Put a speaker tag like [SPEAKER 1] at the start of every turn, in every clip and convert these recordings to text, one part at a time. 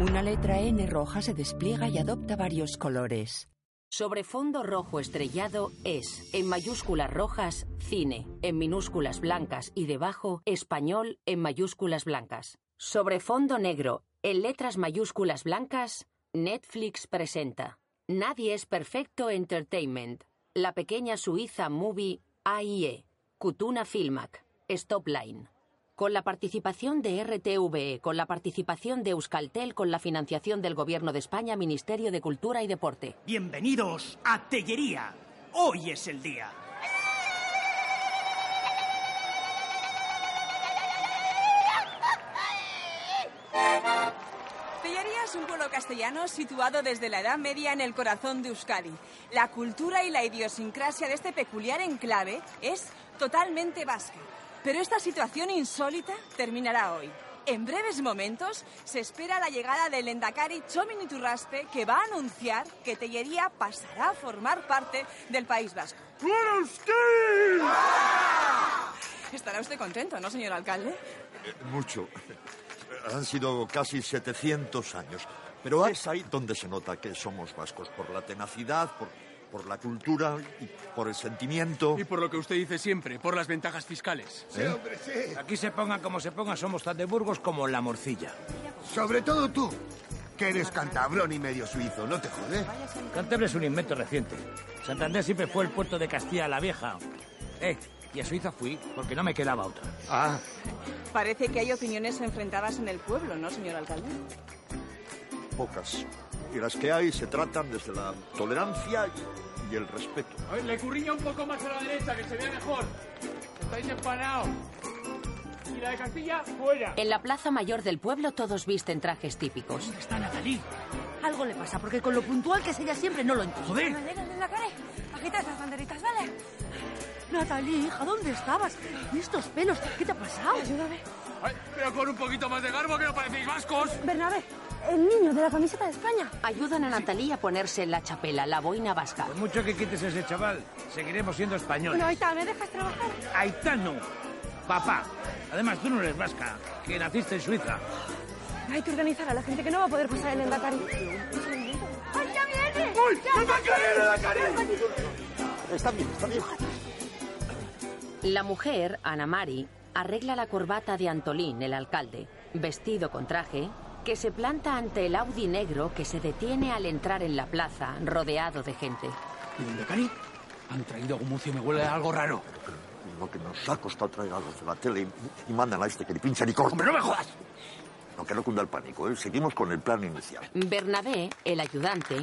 [SPEAKER 1] Una letra N roja se despliega y adopta varios colores.
[SPEAKER 2] Sobre fondo rojo estrellado es, en mayúsculas rojas, cine, en minúsculas blancas y debajo, español, en mayúsculas blancas. Sobre fondo negro, en letras mayúsculas blancas, Netflix presenta. Nadie es perfecto Entertainment. La pequeña Suiza Movie AIE. Kutuna Filmac. Stop Line. Con la participación de RTVE, E, con la participación de Euskaltel, con la financiación del Gobierno de España, Ministerio de Cultura y Deporte.
[SPEAKER 3] Bienvenidos a Tellería. Hoy es el día.
[SPEAKER 4] Tellería es un pueblo castellano situado desde la Edad Media en el corazón de Euskadi. La cultura y la idiosincrasia de este peculiar enclave es totalmente vasca. Pero esta situación insólita terminará hoy. En breves momentos se espera la llegada del Endacari Chomin Iturraspe, que va a anunciar que Tellería pasará a formar parte del País Vasco. ¿Estará usted contento, no, señor alcalde?
[SPEAKER 5] Mucho. Han sido casi 700 años. Pero es ahí donde se nota que somos vascos, por la tenacidad, por, por la cultura, y por el sentimiento.
[SPEAKER 6] Y por lo que usted dice siempre, por las ventajas fiscales.
[SPEAKER 5] ¿Eh?
[SPEAKER 7] Aquí se pongan como se pongan, somos tan de Burgos como la morcilla.
[SPEAKER 8] Sobre todo tú, que eres cantabrón y medio suizo, no te jode.
[SPEAKER 7] Cantabria es un invento reciente. Santander siempre fue el puerto de Castilla la Vieja. Eh, y a Suiza fui, porque no me quedaba otra.
[SPEAKER 8] Ah,
[SPEAKER 4] Parece que hay opiniones enfrentadas en el pueblo, ¿no, señor alcalde?
[SPEAKER 5] Pocas. Y las que hay se tratan desde la tolerancia y, y el respeto.
[SPEAKER 6] A ver, le curriña un poco más a la derecha, que se vea mejor. Estáis empanados. Y la de Castilla, fuera.
[SPEAKER 2] En la plaza mayor del pueblo todos visten trajes típicos.
[SPEAKER 6] Está Natalí.
[SPEAKER 9] Algo le pasa, porque con lo puntual que es ella siempre no lo entiendo.
[SPEAKER 6] Joder.
[SPEAKER 9] en la cara! ¡Agita esas banderitas, vale! Natalie, hija, ¿dónde estabas? ¿Y estos pelos? ¿Qué te ha pasado? Ayúdame.
[SPEAKER 6] Ay, pero con un poquito más de garbo que no parecéis vascos.
[SPEAKER 9] Bernabé, el niño de la camiseta de España.
[SPEAKER 2] Ayudan a Natalie a ponerse la chapela, la boina vasca.
[SPEAKER 6] Pues
[SPEAKER 7] Por mucho que quites ese chaval, seguiremos siendo españoles.
[SPEAKER 9] Aita, ¿me dejas trabajar?
[SPEAKER 7] Aitano, papá. Además, tú no eres vasca, que naciste en Suiza.
[SPEAKER 9] Hay que organizar a la gente que no va a poder pasar el Endacari. ¡Ay, ya viene!
[SPEAKER 5] Está bien, está bien.
[SPEAKER 2] La mujer, Ana Mari, arregla la corbata de Antolín, el alcalde, vestido con traje, que se planta ante el Audi negro que se detiene al entrar en la plaza, rodeado de gente.
[SPEAKER 6] ¿Y dónde, Cari? Han traído a Gumucio, me huele a algo raro.
[SPEAKER 5] Lo que nos ha costado traer a los de la tele y, y mandan a este que le pinchan y cortan.
[SPEAKER 6] ¡Hombre, no me jodas!
[SPEAKER 5] No, que no cunda el pánico, ¿eh? Seguimos con el plan inicial.
[SPEAKER 2] Bernabé, el ayudante,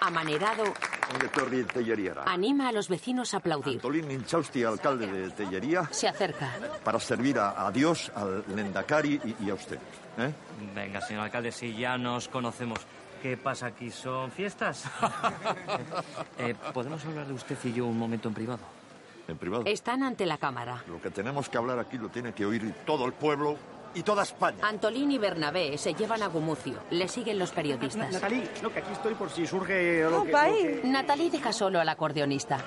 [SPEAKER 2] amanerado,
[SPEAKER 5] Donde Torri en Tellería era.
[SPEAKER 2] anima a los vecinos a aplaudir.
[SPEAKER 5] Antolín Minchausti, alcalde de Tellería,
[SPEAKER 2] Se acerca.
[SPEAKER 5] para servir a, a Dios, al Lendakari y, y a usted. ¿eh?
[SPEAKER 10] Venga, señor alcalde, si ya nos conocemos. ¿Qué pasa aquí? ¿Son fiestas? Eh, ¿Podemos hablar de usted y yo un momento en privado?
[SPEAKER 5] En privado.
[SPEAKER 2] Están ante la cámara.
[SPEAKER 5] Lo que tenemos que hablar aquí lo tiene que oír todo el pueblo y toda España.
[SPEAKER 2] Antolín y Bernabé se llevan a Gumucio. Le siguen los periodistas.
[SPEAKER 11] Natalí, no, que aquí estoy por si surge lo que...
[SPEAKER 4] país!
[SPEAKER 2] Natalie deja solo al acordeonista.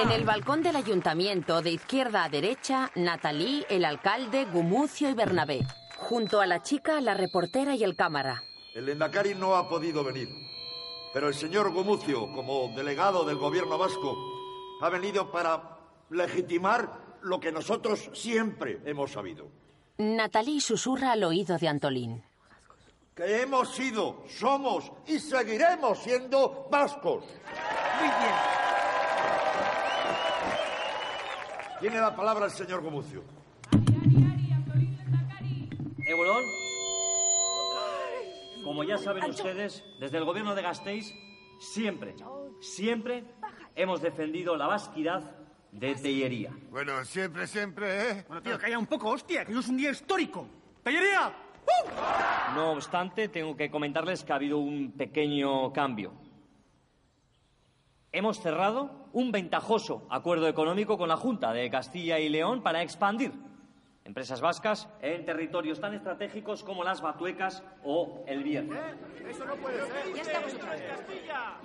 [SPEAKER 2] En el balcón del ayuntamiento, de izquierda a derecha, Natalí, el alcalde, Gumucio y Bernabé. Junto a la chica, la reportera y el cámara.
[SPEAKER 5] El Lendakari no ha podido venir, pero el señor Gomucio, como delegado del gobierno vasco, ha venido para legitimar lo que nosotros siempre hemos sabido.
[SPEAKER 2] Natalí susurra al oído de Antolín.
[SPEAKER 5] Que hemos sido, somos y seguiremos siendo vascos. Tiene la palabra el señor Gomucio.
[SPEAKER 10] ¿Ebolón? ¿Eh, Como ya saben ustedes, desde el gobierno de Gasteiz, siempre, siempre hemos defendido la vasquidad de Tellería.
[SPEAKER 8] bueno, siempre, siempre, ¿eh?
[SPEAKER 11] Bueno, tío, calla un poco, hostia, que hoy es un día histórico. ¡Tellería! ¡Uh!
[SPEAKER 10] No obstante, tengo que comentarles que ha habido un pequeño cambio. Hemos cerrado un ventajoso acuerdo económico con la Junta de Castilla y León para expandir Empresas vascas en territorios tan estratégicos como las Batuecas o el Viernes.
[SPEAKER 3] ¿Eh? Eso no puede ser.
[SPEAKER 11] Ya estamos otra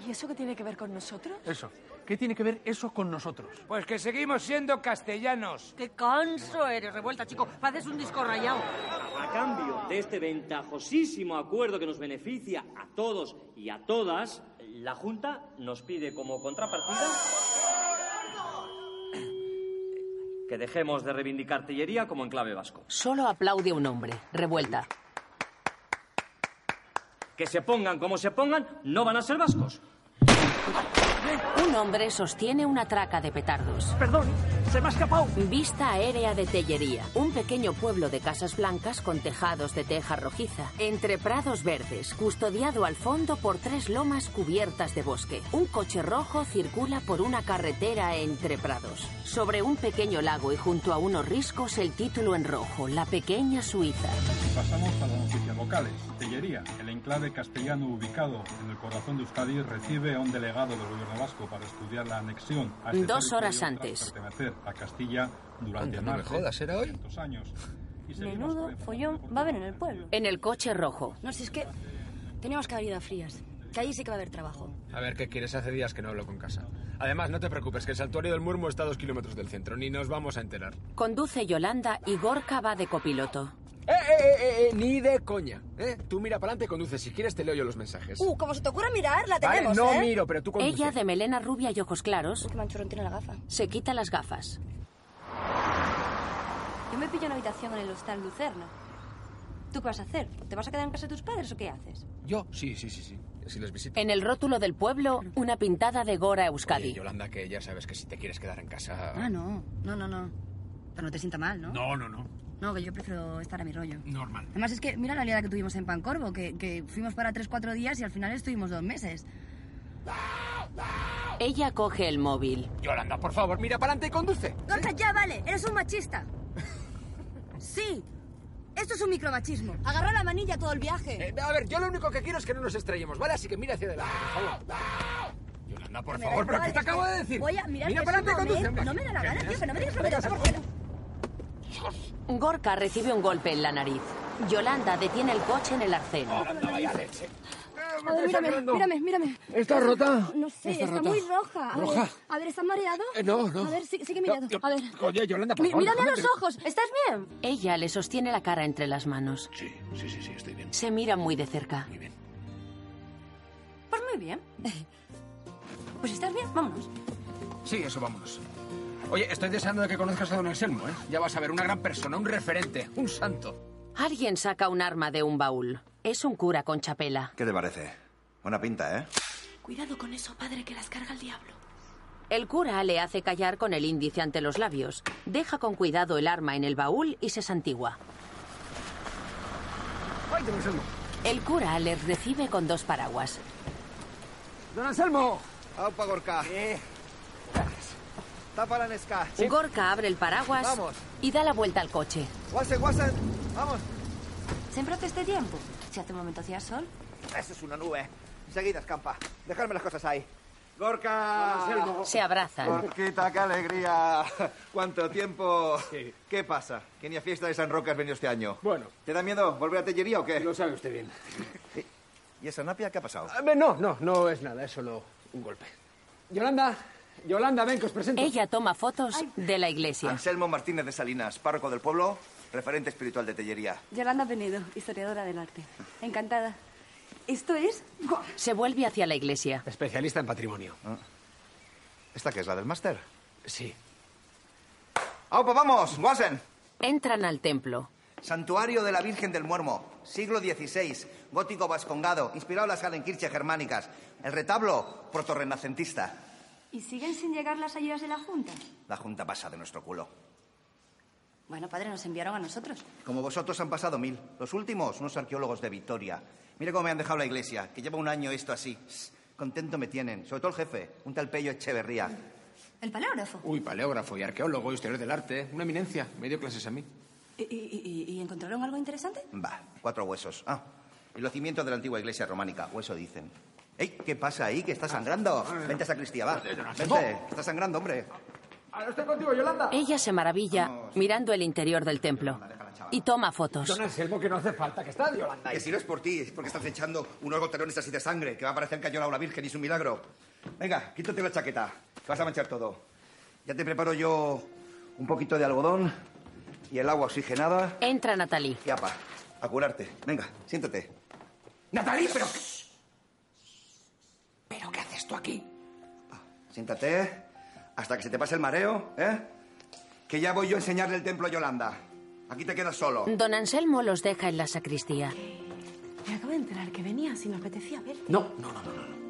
[SPEAKER 12] ¿Y eso qué tiene que ver con nosotros?
[SPEAKER 3] Eso. ¿Qué tiene que ver eso con nosotros?
[SPEAKER 13] Pues que seguimos siendo castellanos.
[SPEAKER 12] ¡Qué canso eres, revuelta, chico! Haces un disco rayado.
[SPEAKER 10] A cambio de este ventajosísimo acuerdo que nos beneficia a todos y a todas, la Junta nos pide como contrapartida que dejemos de reivindicar artillería como enclave vasco.
[SPEAKER 2] Solo aplaude un hombre. Revuelta.
[SPEAKER 10] Que se pongan como se pongan, no van a ser vascos.
[SPEAKER 2] Un hombre sostiene una traca de petardos.
[SPEAKER 3] Perdón, se me ha escapado.
[SPEAKER 2] Vista aérea de Tellería, un pequeño pueblo de casas blancas con tejados de teja rojiza, entre prados verdes, custodiado al fondo por tres lomas cubiertas de bosque. Un coche rojo circula por una carretera entre prados. Sobre un pequeño lago y junto a unos riscos el título en rojo, La pequeña Suiza.
[SPEAKER 6] Pasamos a las noticias locales. Tellería, el enclave castellano ubicado en el corazón de Euskadi, recibe a un delegado del gobierno vasco para estudiar la anexión a este
[SPEAKER 2] Dos horas
[SPEAKER 6] territorio
[SPEAKER 2] antes.
[SPEAKER 6] tras pertenecer a Castilla durante
[SPEAKER 2] Anda, no me
[SPEAKER 6] más de
[SPEAKER 2] jodas, ¿era hoy?
[SPEAKER 6] 300 años. Y seguimos
[SPEAKER 12] Menudo follón va a haber en el pueblo.
[SPEAKER 2] En el coche rojo.
[SPEAKER 12] Eh, No, si es que teníamos que haber ido a Frías, que allí sí que va a haber trabajo.
[SPEAKER 14] A ver, ¿qué quieres? Hace días que no hablo con casa. Además, no te preocupes, que el santuario del Murmo está a dos kilómetros del centro, ni nos vamos a enterar.
[SPEAKER 2] Conduce Yolanda y Gorka va de copiloto.
[SPEAKER 14] ¡Eh, eh, eh, eh! Ni de coña, ¿eh? Tú mira para adelante y conduce. Si quieres, te leo yo los mensajes.
[SPEAKER 12] Uh, como se te ocurra mirar, la
[SPEAKER 14] Vale,
[SPEAKER 12] tenemos,
[SPEAKER 14] no
[SPEAKER 12] ¿eh?
[SPEAKER 14] miro, pero tú conduces.
[SPEAKER 2] Ella, de melena rubia y ojos claros,
[SPEAKER 12] Qué manchurrón tiene la gafa.
[SPEAKER 2] se quita las gafas.
[SPEAKER 12] Yo me pillo una habitación en el hostal Lucerna. ¿Tú qué vas a hacer? ¿Te vas a quedar en casa de tus padres o qué haces?
[SPEAKER 14] ¿Yo? Sí, sí, sí, sí. Si les visito.
[SPEAKER 2] En el rótulo del pueblo, una pintada de Gora Euskadi.
[SPEAKER 14] Oye, Yolanda, que ya sabes que si te quieres quedar en casa...
[SPEAKER 12] Ah, no. No, no, no. Pero no te sienta mal, ¿no?
[SPEAKER 14] No, no, no.
[SPEAKER 12] No, que yo prefiero estar a mi rollo.
[SPEAKER 14] Normal.
[SPEAKER 12] Además es que mira la liada que tuvimos en Pancorvo, que, que fuimos para 3-4 días y al final estuvimos dos meses.
[SPEAKER 2] Ella coge el móvil.
[SPEAKER 14] Yolanda, por favor, mira para adelante y conduce.
[SPEAKER 12] Gorka, ya vale, eres un machista. Sí, esto es un micromachismo. Agarra la manilla todo el viaje.
[SPEAKER 14] Eh, a ver, yo lo único que quiero es que no nos estrellemos, ¿vale? Así que mira hacia adelante, por favor. Yolanda, por
[SPEAKER 12] Me da
[SPEAKER 14] favor, ¿pero
[SPEAKER 12] igual,
[SPEAKER 14] qué te
[SPEAKER 12] es que
[SPEAKER 14] acabo de decir?
[SPEAKER 12] Voy a mirar
[SPEAKER 14] mira
[SPEAKER 12] que
[SPEAKER 14] para
[SPEAKER 12] es un
[SPEAKER 14] adelante y conduce.
[SPEAKER 12] momento.
[SPEAKER 14] hombre.
[SPEAKER 12] No me da la
[SPEAKER 14] Que
[SPEAKER 12] gana, tío,
[SPEAKER 14] miras-
[SPEAKER 12] que no me digas lo que
[SPEAKER 14] Venga,
[SPEAKER 12] te-
[SPEAKER 14] por
[SPEAKER 12] porque no-
[SPEAKER 2] Gorka recibe un golpe en la nariz. Yolanda detiene el coche en el arcén.
[SPEAKER 14] Oh.
[SPEAKER 15] Joder, mírame, mírame, mírame.
[SPEAKER 14] ¿Está rota?
[SPEAKER 15] No sé, está,
[SPEAKER 14] Está rota.
[SPEAKER 15] muy roja. A
[SPEAKER 14] ¿Roja?
[SPEAKER 15] ver, a ver, ¿estás mareado?
[SPEAKER 14] Eh, no, no.
[SPEAKER 15] A ver, sí, sigue mirando. A ver.
[SPEAKER 14] Oye, Yolanda, por
[SPEAKER 15] Mi-
[SPEAKER 14] favor.
[SPEAKER 15] mírame a
[SPEAKER 14] déjame
[SPEAKER 15] los ojos, ¿estás bien?
[SPEAKER 2] Ella le sostiene la cara entre las manos.
[SPEAKER 14] Sí, sí, sí, estoy bien.
[SPEAKER 2] Se mira muy de cerca.
[SPEAKER 12] Pues muy bien. Pues si estás bien, vámonos.
[SPEAKER 14] Sí, eso, vámonos. Oye, estoy deseando de que conozcas a don Anselmo, ¿eh? Ya vas a ver, una gran persona, un referente, un santo.
[SPEAKER 2] Alguien saca un arma de un baúl. Es un cura con chapela.
[SPEAKER 16] ¿Qué te parece? Buena pinta, ¿eh?
[SPEAKER 2] Cuidado con eso, padre, que las carga el diablo. El cura le hace callar con el índice ante los labios. Deja con cuidado el arma en el baúl y se santigua.
[SPEAKER 14] ¡Ay, don Anselmo!
[SPEAKER 2] El cura les recibe con dos paraguas.
[SPEAKER 14] ¡Don Anselmo!
[SPEAKER 17] ¡Aupa, Gorka! ¡Tapa la nesca!
[SPEAKER 2] Gorka abre el paraguas
[SPEAKER 17] Vamos.
[SPEAKER 2] y da la vuelta al coche.
[SPEAKER 17] ¡Guase, guase! ¡Vamos!
[SPEAKER 12] Siempre hace este tiempo. Si hace un momento hacía sol.
[SPEAKER 17] Eso es una nube. Enseguida escampa. Dejadme las cosas ahí. ¡Gorka!
[SPEAKER 2] Se abrazan.
[SPEAKER 17] Gorquita, qué alegría. ¿Cuánto tiempo? ¿Qué pasa? ¿Que ni a fiesta de San Roque has venido este año? Bueno. ¿Te da miedo volver a Tellería o qué? Lo sabe usted bien. ¿Y esa napia qué ha pasado?
[SPEAKER 18] Ah,
[SPEAKER 14] no, no, no es nada, es solo un golpe. Yolanda, Yolanda, ven, que os presento.
[SPEAKER 2] Ella toma fotos de la iglesia.
[SPEAKER 17] Anselmo Martínez de Salinas, párroco del pueblo, referente espiritual de Tellería.
[SPEAKER 12] Yolanda Penedo, historiadora del arte. Encantada. Esto es...
[SPEAKER 2] Se vuelve hacia la iglesia.
[SPEAKER 14] Especialista en patrimonio.
[SPEAKER 17] Ah. ¿Esta qué es la del máster?
[SPEAKER 14] Sí.
[SPEAKER 17] ¡Aupa, vamos! ¡Guasen!
[SPEAKER 2] Entran al templo.
[SPEAKER 17] Santuario de la Virgen del Muermo, siglo XVI, gótico vascongado, inspirado en las Alenkirche germánicas. El retablo, protorrenacentista.
[SPEAKER 12] ¿Y siguen sin llegar las ayudas de la Junta?
[SPEAKER 17] La Junta pasa de nuestro culo.
[SPEAKER 12] Bueno, padre, nos enviaron a nosotros.
[SPEAKER 17] Como vosotros han pasado mil. Los últimos, unos arqueólogos de Victoria. Mira cómo me han dejado la iglesia, que lleva un año esto así. Sss, Contento me tienen, sobre todo el jefe, un tal Pello Echeverría.
[SPEAKER 12] ¿El paleógrafo?
[SPEAKER 14] Uy, paleógrafo y arqueólogo, historiador del arte, ¿eh? una eminencia. Me dio clases a mí.
[SPEAKER 12] ¿Y, y- y- y encontraron algo interesante?
[SPEAKER 17] Va, cuatro huesos. Ah, el cimientos de la antigua iglesia románica, hueso dicen. Ey, ¿qué pasa ahí? Que está sangrando. Vente a sacristía, va. Vente, que está sangrando, hombre.
[SPEAKER 14] Ah, Ahora estoy contigo, Yolanda.
[SPEAKER 2] Ella se maravilla mirando el interior del templo y toma fotos.
[SPEAKER 14] Anselmo, que no hace falta, que está de Yolanda.
[SPEAKER 17] Que si no es por ti, es porque estás echando unos goterones así de sangre, que va a parecer que ha llorado la Virgen y es un milagro. Venga, quítate la chaqueta, que vas a manchar todo. Ya te preparo yo un poquito de algodón y el agua oxigenada.
[SPEAKER 2] Entra Natalie.
[SPEAKER 17] Y apa, a curarte. Venga, siéntate.
[SPEAKER 14] Natalie, pero... ¿Pero qué haces tú aquí?
[SPEAKER 17] Ah, Siéntate hasta que se te pase el mareo, ¿eh? Que ya voy yo a enseñarle el templo a Yolanda. Aquí te quedas solo.
[SPEAKER 2] Don Anselmo los deja en la sacristía.
[SPEAKER 11] Me acabo de enterar que venías y me apetecía verte.
[SPEAKER 14] No, no, no, no, no, no.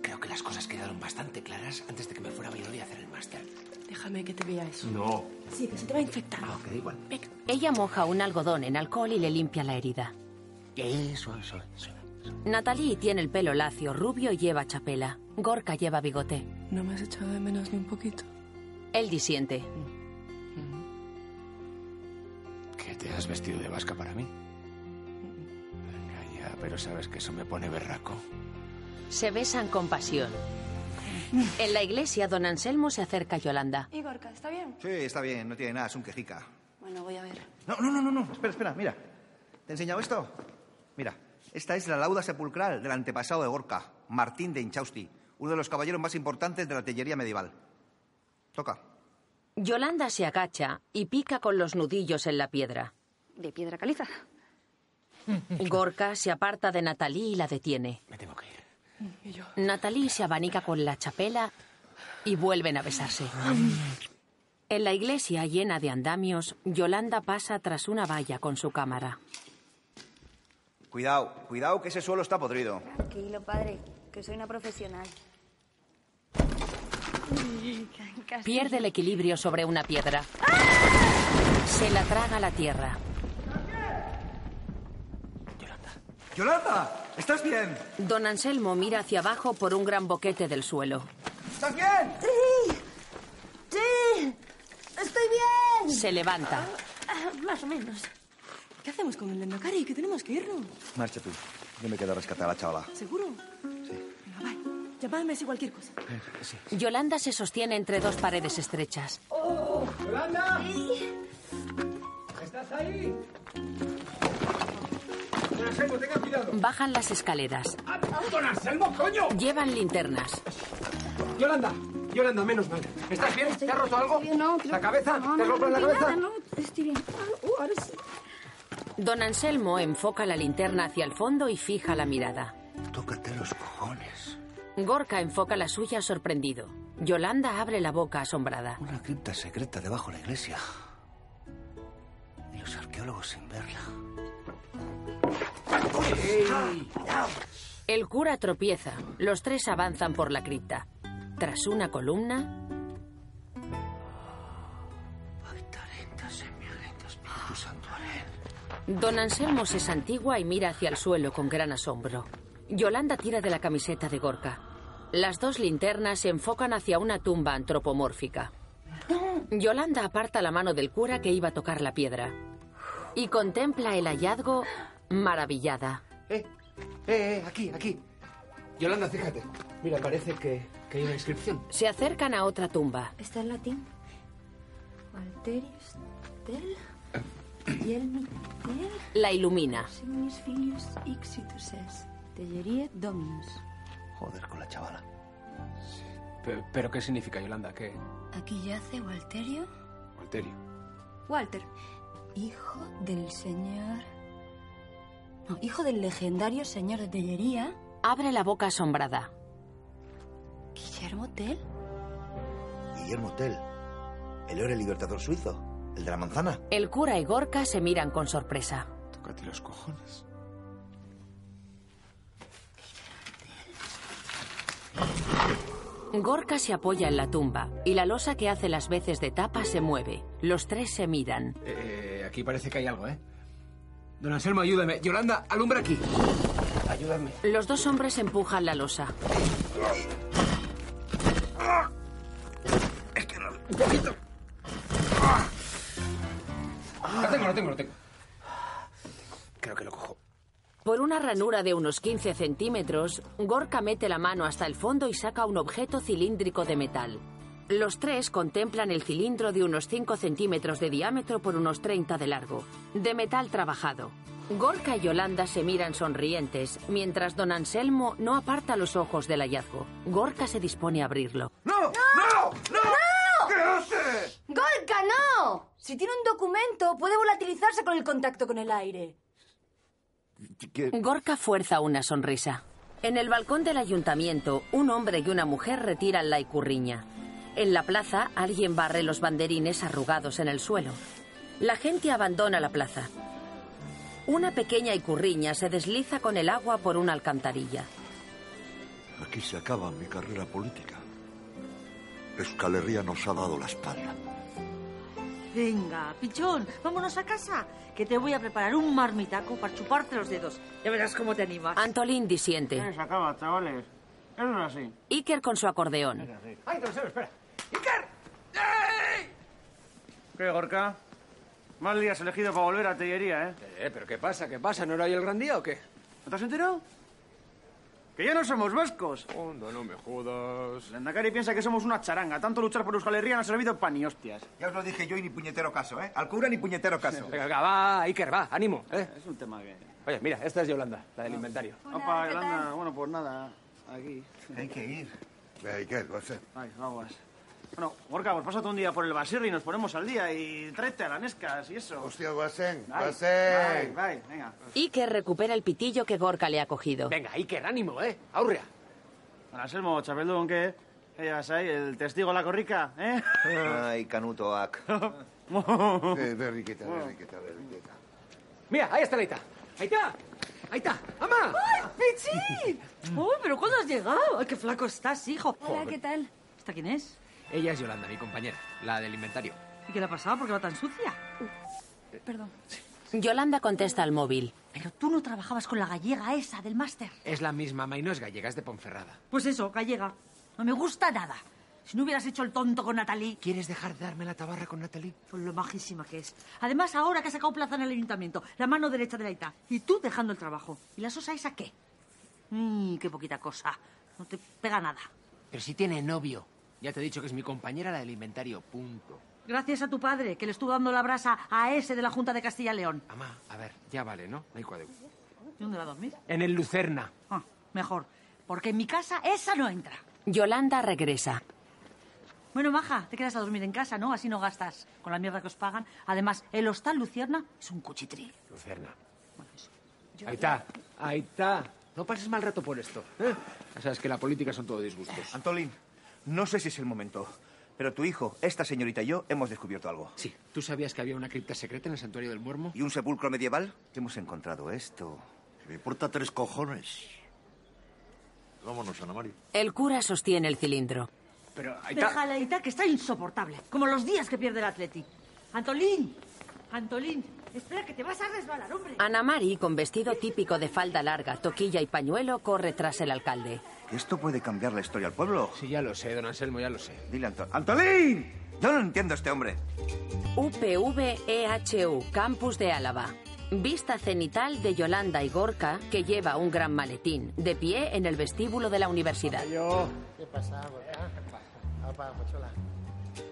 [SPEAKER 14] Creo que las cosas quedaron bastante claras antes de que me fuera a Valladolid a hacer el máster.
[SPEAKER 11] Déjame que te vea eso.
[SPEAKER 14] No.
[SPEAKER 11] Sí, que se te va a infectar.
[SPEAKER 14] Ah, ok, da igual.
[SPEAKER 2] Ella moja un algodón en alcohol y le limpia la herida.
[SPEAKER 14] Eso, eso, eso.
[SPEAKER 2] Natalie tiene el pelo lacio, rubio y lleva chapela. Gorka lleva bigote.
[SPEAKER 11] No me has echado de menos ni un poquito.
[SPEAKER 2] Él disiente.
[SPEAKER 18] ¿Que te has vestido de vasca para mí? Venga ya, pero sabes que eso me pone berraco.
[SPEAKER 2] Se besan con pasión. En la iglesia, don Anselmo se acerca a Yolanda.
[SPEAKER 11] Igorca, ¿está bien?
[SPEAKER 17] Sí, está bien, no tiene nada, es un quejica.
[SPEAKER 11] Bueno, voy a ver.
[SPEAKER 17] No, no, no, no, no. Espera, espera, mira. ¿Te he enseñado esto? Mira, esta es la lauda sepulcral del antepasado de Gorka, Martín de Inchausti, uno de los caballeros más importantes de la artillería medieval. Toca.
[SPEAKER 2] Yolanda se agacha y pica con los nudillos en la piedra.
[SPEAKER 12] De piedra caliza.
[SPEAKER 2] Gorka se aparta de Natalie y la detiene.
[SPEAKER 11] Y yo.
[SPEAKER 2] Natalie se abanica con la chapela y vuelven a besarse. En la iglesia llena de andamios, Yolanda pasa tras una valla con su cámara.
[SPEAKER 17] Cuidado, cuidado que ese suelo está podrido.
[SPEAKER 12] Tranquilo, padre, que soy una profesional.
[SPEAKER 2] Pierde el equilibrio sobre una piedra. Se la traga la tierra.
[SPEAKER 17] ¡Yolanda! ¿Estás bien?
[SPEAKER 2] Don Anselmo mira hacia abajo por un gran boquete del suelo.
[SPEAKER 17] ¿Estás bien?
[SPEAKER 12] ¡Sí! ¡Sí! ¡Estoy bien!
[SPEAKER 2] Se levanta.
[SPEAKER 11] Ah, más o menos. ¿Qué hacemos con el endocari? Que tenemos que irnos.
[SPEAKER 17] Marcha tú. Yo me quedo a rescatar a la chavala.
[SPEAKER 11] ¿Seguro? Sí. Venga, bye. Llamadme si cualquier cosa.
[SPEAKER 2] Yolanda se sostiene entre dos paredes estrechas.
[SPEAKER 14] ¡Yolanda! ¿Estás ahí? Don Anselmo, tenga cuidado. Ah,
[SPEAKER 2] Bajan las escaleras.
[SPEAKER 14] ¡Don Anselmo, coño!
[SPEAKER 2] Llevan linternas.
[SPEAKER 14] Yolanda, Yolanda, menos mal. ¿Estás bien? ¿Te has roto algo?
[SPEAKER 12] No, creo-
[SPEAKER 14] ¿La cabeza?
[SPEAKER 12] No,
[SPEAKER 14] ¿Te has
[SPEAKER 12] no,
[SPEAKER 14] roto la
[SPEAKER 12] no,
[SPEAKER 14] cabeza?
[SPEAKER 12] nada, Ah, no, estoy bien. Uh, ahora sí.
[SPEAKER 2] Don Anselmo enfoca la linterna hacia el fondo y fija la mirada.
[SPEAKER 17] Tócate los cojones.
[SPEAKER 2] Gorka enfoca la suya sorprendido. Yolanda abre la boca asombrada.
[SPEAKER 17] Una cripta secreta debajo de la iglesia. Y los arqueólogos sin
[SPEAKER 14] Eh,
[SPEAKER 17] verla.
[SPEAKER 2] El cura tropieza. Los tres avanzan por la cripta. Tras una columna, don Anselmo se santigua y mira hacia el suelo con gran asombro. Yolanda tira de la camiseta de Gorka. Las dos linternas se enfocan hacia una tumba antropomórfica. Yolanda aparta la mano del cura que iba a tocar la piedra y contempla el hallazgo maravillada.
[SPEAKER 14] Eh, eh, aquí, aquí. Yolanda, fíjate. Mira, parece que, que hay una inscripción.
[SPEAKER 2] Se acercan a otra tumba.
[SPEAKER 12] Está en latín. Alterius tel. Yelmi tel.
[SPEAKER 2] La ilumina.
[SPEAKER 12] Signis filius ixitus es. Tellerie dominus.
[SPEAKER 17] Joder con la chavala.
[SPEAKER 14] ¿Pero, pero qué significa, Yolanda? ¿Qué?
[SPEAKER 12] Aquí yace Walterio.
[SPEAKER 14] Alterio.
[SPEAKER 12] Walter. Hijo del señor. No, hijo del legendario señor de Tellería,
[SPEAKER 2] Abre la boca asombrada.
[SPEAKER 12] Guillermo Tell.
[SPEAKER 17] Guillermo Tell. El héroe libertador suizo. El de la manzana.
[SPEAKER 2] El cura y Gorka se miran con sorpresa.
[SPEAKER 18] Tócate los cojones.
[SPEAKER 2] Gorka se apoya en la tumba y la losa que hace las veces de tapa se mueve. Los tres se miran.
[SPEAKER 19] Eh, aquí parece que hay algo, ¿eh?
[SPEAKER 14] Don Anselmo, ayúdame. Yolanda, alumbra aquí. Ayúdame.
[SPEAKER 2] Los dos hombres empujan la losa.
[SPEAKER 14] Un poquito. Ah,
[SPEAKER 19] Lo tengo, lo tengo, lo tengo.
[SPEAKER 14] Creo que lo cojo.
[SPEAKER 2] Por una ranura de unos 15 centímetros, Gorka mete la mano hasta el fondo y saca un objeto cilíndrico de metal. Los tres contemplan el cilindro de unos 5 centímetros de diámetro por unos 30 de largo, de metal trabajado. Gorka y Yolanda se miran sonrientes, mientras don Anselmo no aparta los ojos del hallazgo. Gorka se dispone a abrirlo.
[SPEAKER 12] ¡No! ¡No! ¡No! ¿Qué haces? ¡Golka, no! Si tiene un documento, puede volatilizarse con el contacto con el aire.
[SPEAKER 2] Gorka fuerza una sonrisa. En el balcón del ayuntamiento, un hombre y una mujer retiran la icurriña. En la plaza, alguien barre los banderines arrugados en el suelo. La gente abandona la plaza. Una pequeña icurriña se desliza con el agua por una alcantarilla.
[SPEAKER 5] Aquí se acaba mi carrera política. Euskal Herria nos ha dado la espalda.
[SPEAKER 20] Venga, pichón, vámonos a casa, que te voy a preparar un marmitaco para chuparte los dedos. Ya verás cómo te animas.
[SPEAKER 2] Antolín disiente.
[SPEAKER 20] Eh, se
[SPEAKER 2] acaba, Ah, chavales. Eso es así. Iker con su acordeón.
[SPEAKER 3] ¡Ay, no espera! ¡Iker! ¿Qué, Gorka? Mal día has elegido para volver a Tellería, ¿eh?
[SPEAKER 14] Eh, pero ¿qué pasa? ¿Qué pasa? ¿No era hoy el gran día o qué?
[SPEAKER 3] ¿No te has enterado? ¡Que ya no somos vascos!
[SPEAKER 14] Onda, no me jodas.
[SPEAKER 3] Landakari piensa que somos una charanga. Tanto luchar por Euskal Herria no ha servido para ni hostias.
[SPEAKER 17] Ya os lo dije yo y ni puñetero caso, ¿eh? Al cura ni puñetero caso.
[SPEAKER 14] Venga, venga, va, Iker, va, ánimo. ¿eh?
[SPEAKER 3] Es un tema que...
[SPEAKER 14] Oye, mira, esta es Yolanda, la del inventario.
[SPEAKER 3] Opa, Yolanda, bueno, pues nada, aquí.
[SPEAKER 17] Hay que ir.
[SPEAKER 3] Hay que ir, va a ser. Ay, aguas. Bueno, Gorka, pues pásate un día por el Basirri y nos ponemos al día y tráete a las Nescas y eso. Hostia, Guasén,
[SPEAKER 17] Guasén.
[SPEAKER 3] Bye, bye, venga.
[SPEAKER 2] Iker recupera el pitillo que Gorka le ha cogido.
[SPEAKER 14] Venga, Iker, ánimo, ¿eh? Aurrea.
[SPEAKER 3] Bueno, Anselmo, chapeldón, ¿qué? Ellas ahí, el testigo la corrica, ¿eh?
[SPEAKER 17] Ay, Canuto Ac.
[SPEAKER 3] Eh,
[SPEAKER 17] berriqueta, berriqueta, berriqueta.
[SPEAKER 14] Mira, ahí está Laita. Ahí está. Ahí está. ¡Ama!
[SPEAKER 20] ¡Ay, pichín! ¡Uy, pero cuándo has llegado! ¡Ay, qué flaco estás, hijo!
[SPEAKER 14] Hola, ¿qué
[SPEAKER 20] tal? ¿Esta quién es?
[SPEAKER 14] Ella es Yolanda, mi compañera, la del inventario.
[SPEAKER 20] ¿Y qué le ha pasado? ¿Por qué va tan sucia? Perdón.
[SPEAKER 2] Yolanda contesta al móvil.
[SPEAKER 20] Pero tú no trabajabas con la gallega esa del máster.
[SPEAKER 14] Es la misma, ma, y no es gallega, es de Ponferrada.
[SPEAKER 20] Pues eso, gallega. No me gusta nada. Si no hubieras hecho el tonto con Natalie.
[SPEAKER 14] ¿Quieres dejar de darme la tabarra con Natalie?
[SPEAKER 20] Por lo majísima que es. Además, ahora que ha sacado plaza en el ayuntamiento, la mano derecha de la Ita. Y tú dejando el trabajo. ¿Y la sosa esa qué? Mmm, qué poquita cosa. No te pega nada.
[SPEAKER 14] Pero si tiene novio. Ya te he dicho que es mi compañera la del inventario, punto.
[SPEAKER 20] Gracias a tu padre, que le estuvo dando la brasa a ese de la Junta de Castilla y León.
[SPEAKER 14] Ama, a ver, ya vale, ¿no? No hay cuadro.
[SPEAKER 20] ¿Y dónde va a dormir?
[SPEAKER 14] En el Lucerna.
[SPEAKER 20] Ah, mejor. Porque en mi casa esa no entra.
[SPEAKER 2] Yolanda regresa.
[SPEAKER 20] Bueno, Maja, te quedas a dormir en casa, ¿no? Así no gastas con la mierda que os pagan. Además, el hostal Lucierna es un cuchitri.
[SPEAKER 14] Lucerna. Ahí está, ahí está. No pases mal rato por esto. ¿eh? Ya sabes que la política son todo disgustos.
[SPEAKER 17] Antolín, no sé si es el momento, pero tu hijo, esta señorita y yo hemos descubierto algo.
[SPEAKER 14] Sí, ¿tú sabías que había una cripta secreta en el santuario del Muermo?
[SPEAKER 17] ¿Y un sepulcro medieval? ¿Qué hemos encontrado esto?
[SPEAKER 5] Me importa tres cojones. Vámonos, Ana Mari.
[SPEAKER 2] El cura sostiene el cilindro.
[SPEAKER 14] Pero
[SPEAKER 20] Déjala, Ita, que está insoportable. Como los días que pierde el atleti. Antolín, Antolín, espera que te vas a resbalar, hombre.
[SPEAKER 2] Ana Mari, con vestido típico de falda larga, toquilla y pañuelo, corre tras el alcalde.
[SPEAKER 17] ¿Esto puede cambiar la historia al pueblo?
[SPEAKER 14] Sí, ya lo sé, don Anselmo, ya lo sé.
[SPEAKER 17] Dile a Anto- ¡Antolín! Yo no entiendo a este hombre.
[SPEAKER 2] UPV-EHU, E campus de Álava. Vista cenital de Yolanda y Gorka, que lleva un gran maletín, de pie en el vestíbulo de la universidad.
[SPEAKER 21] ¿Qué pasa, Gorka? Apa, mochola.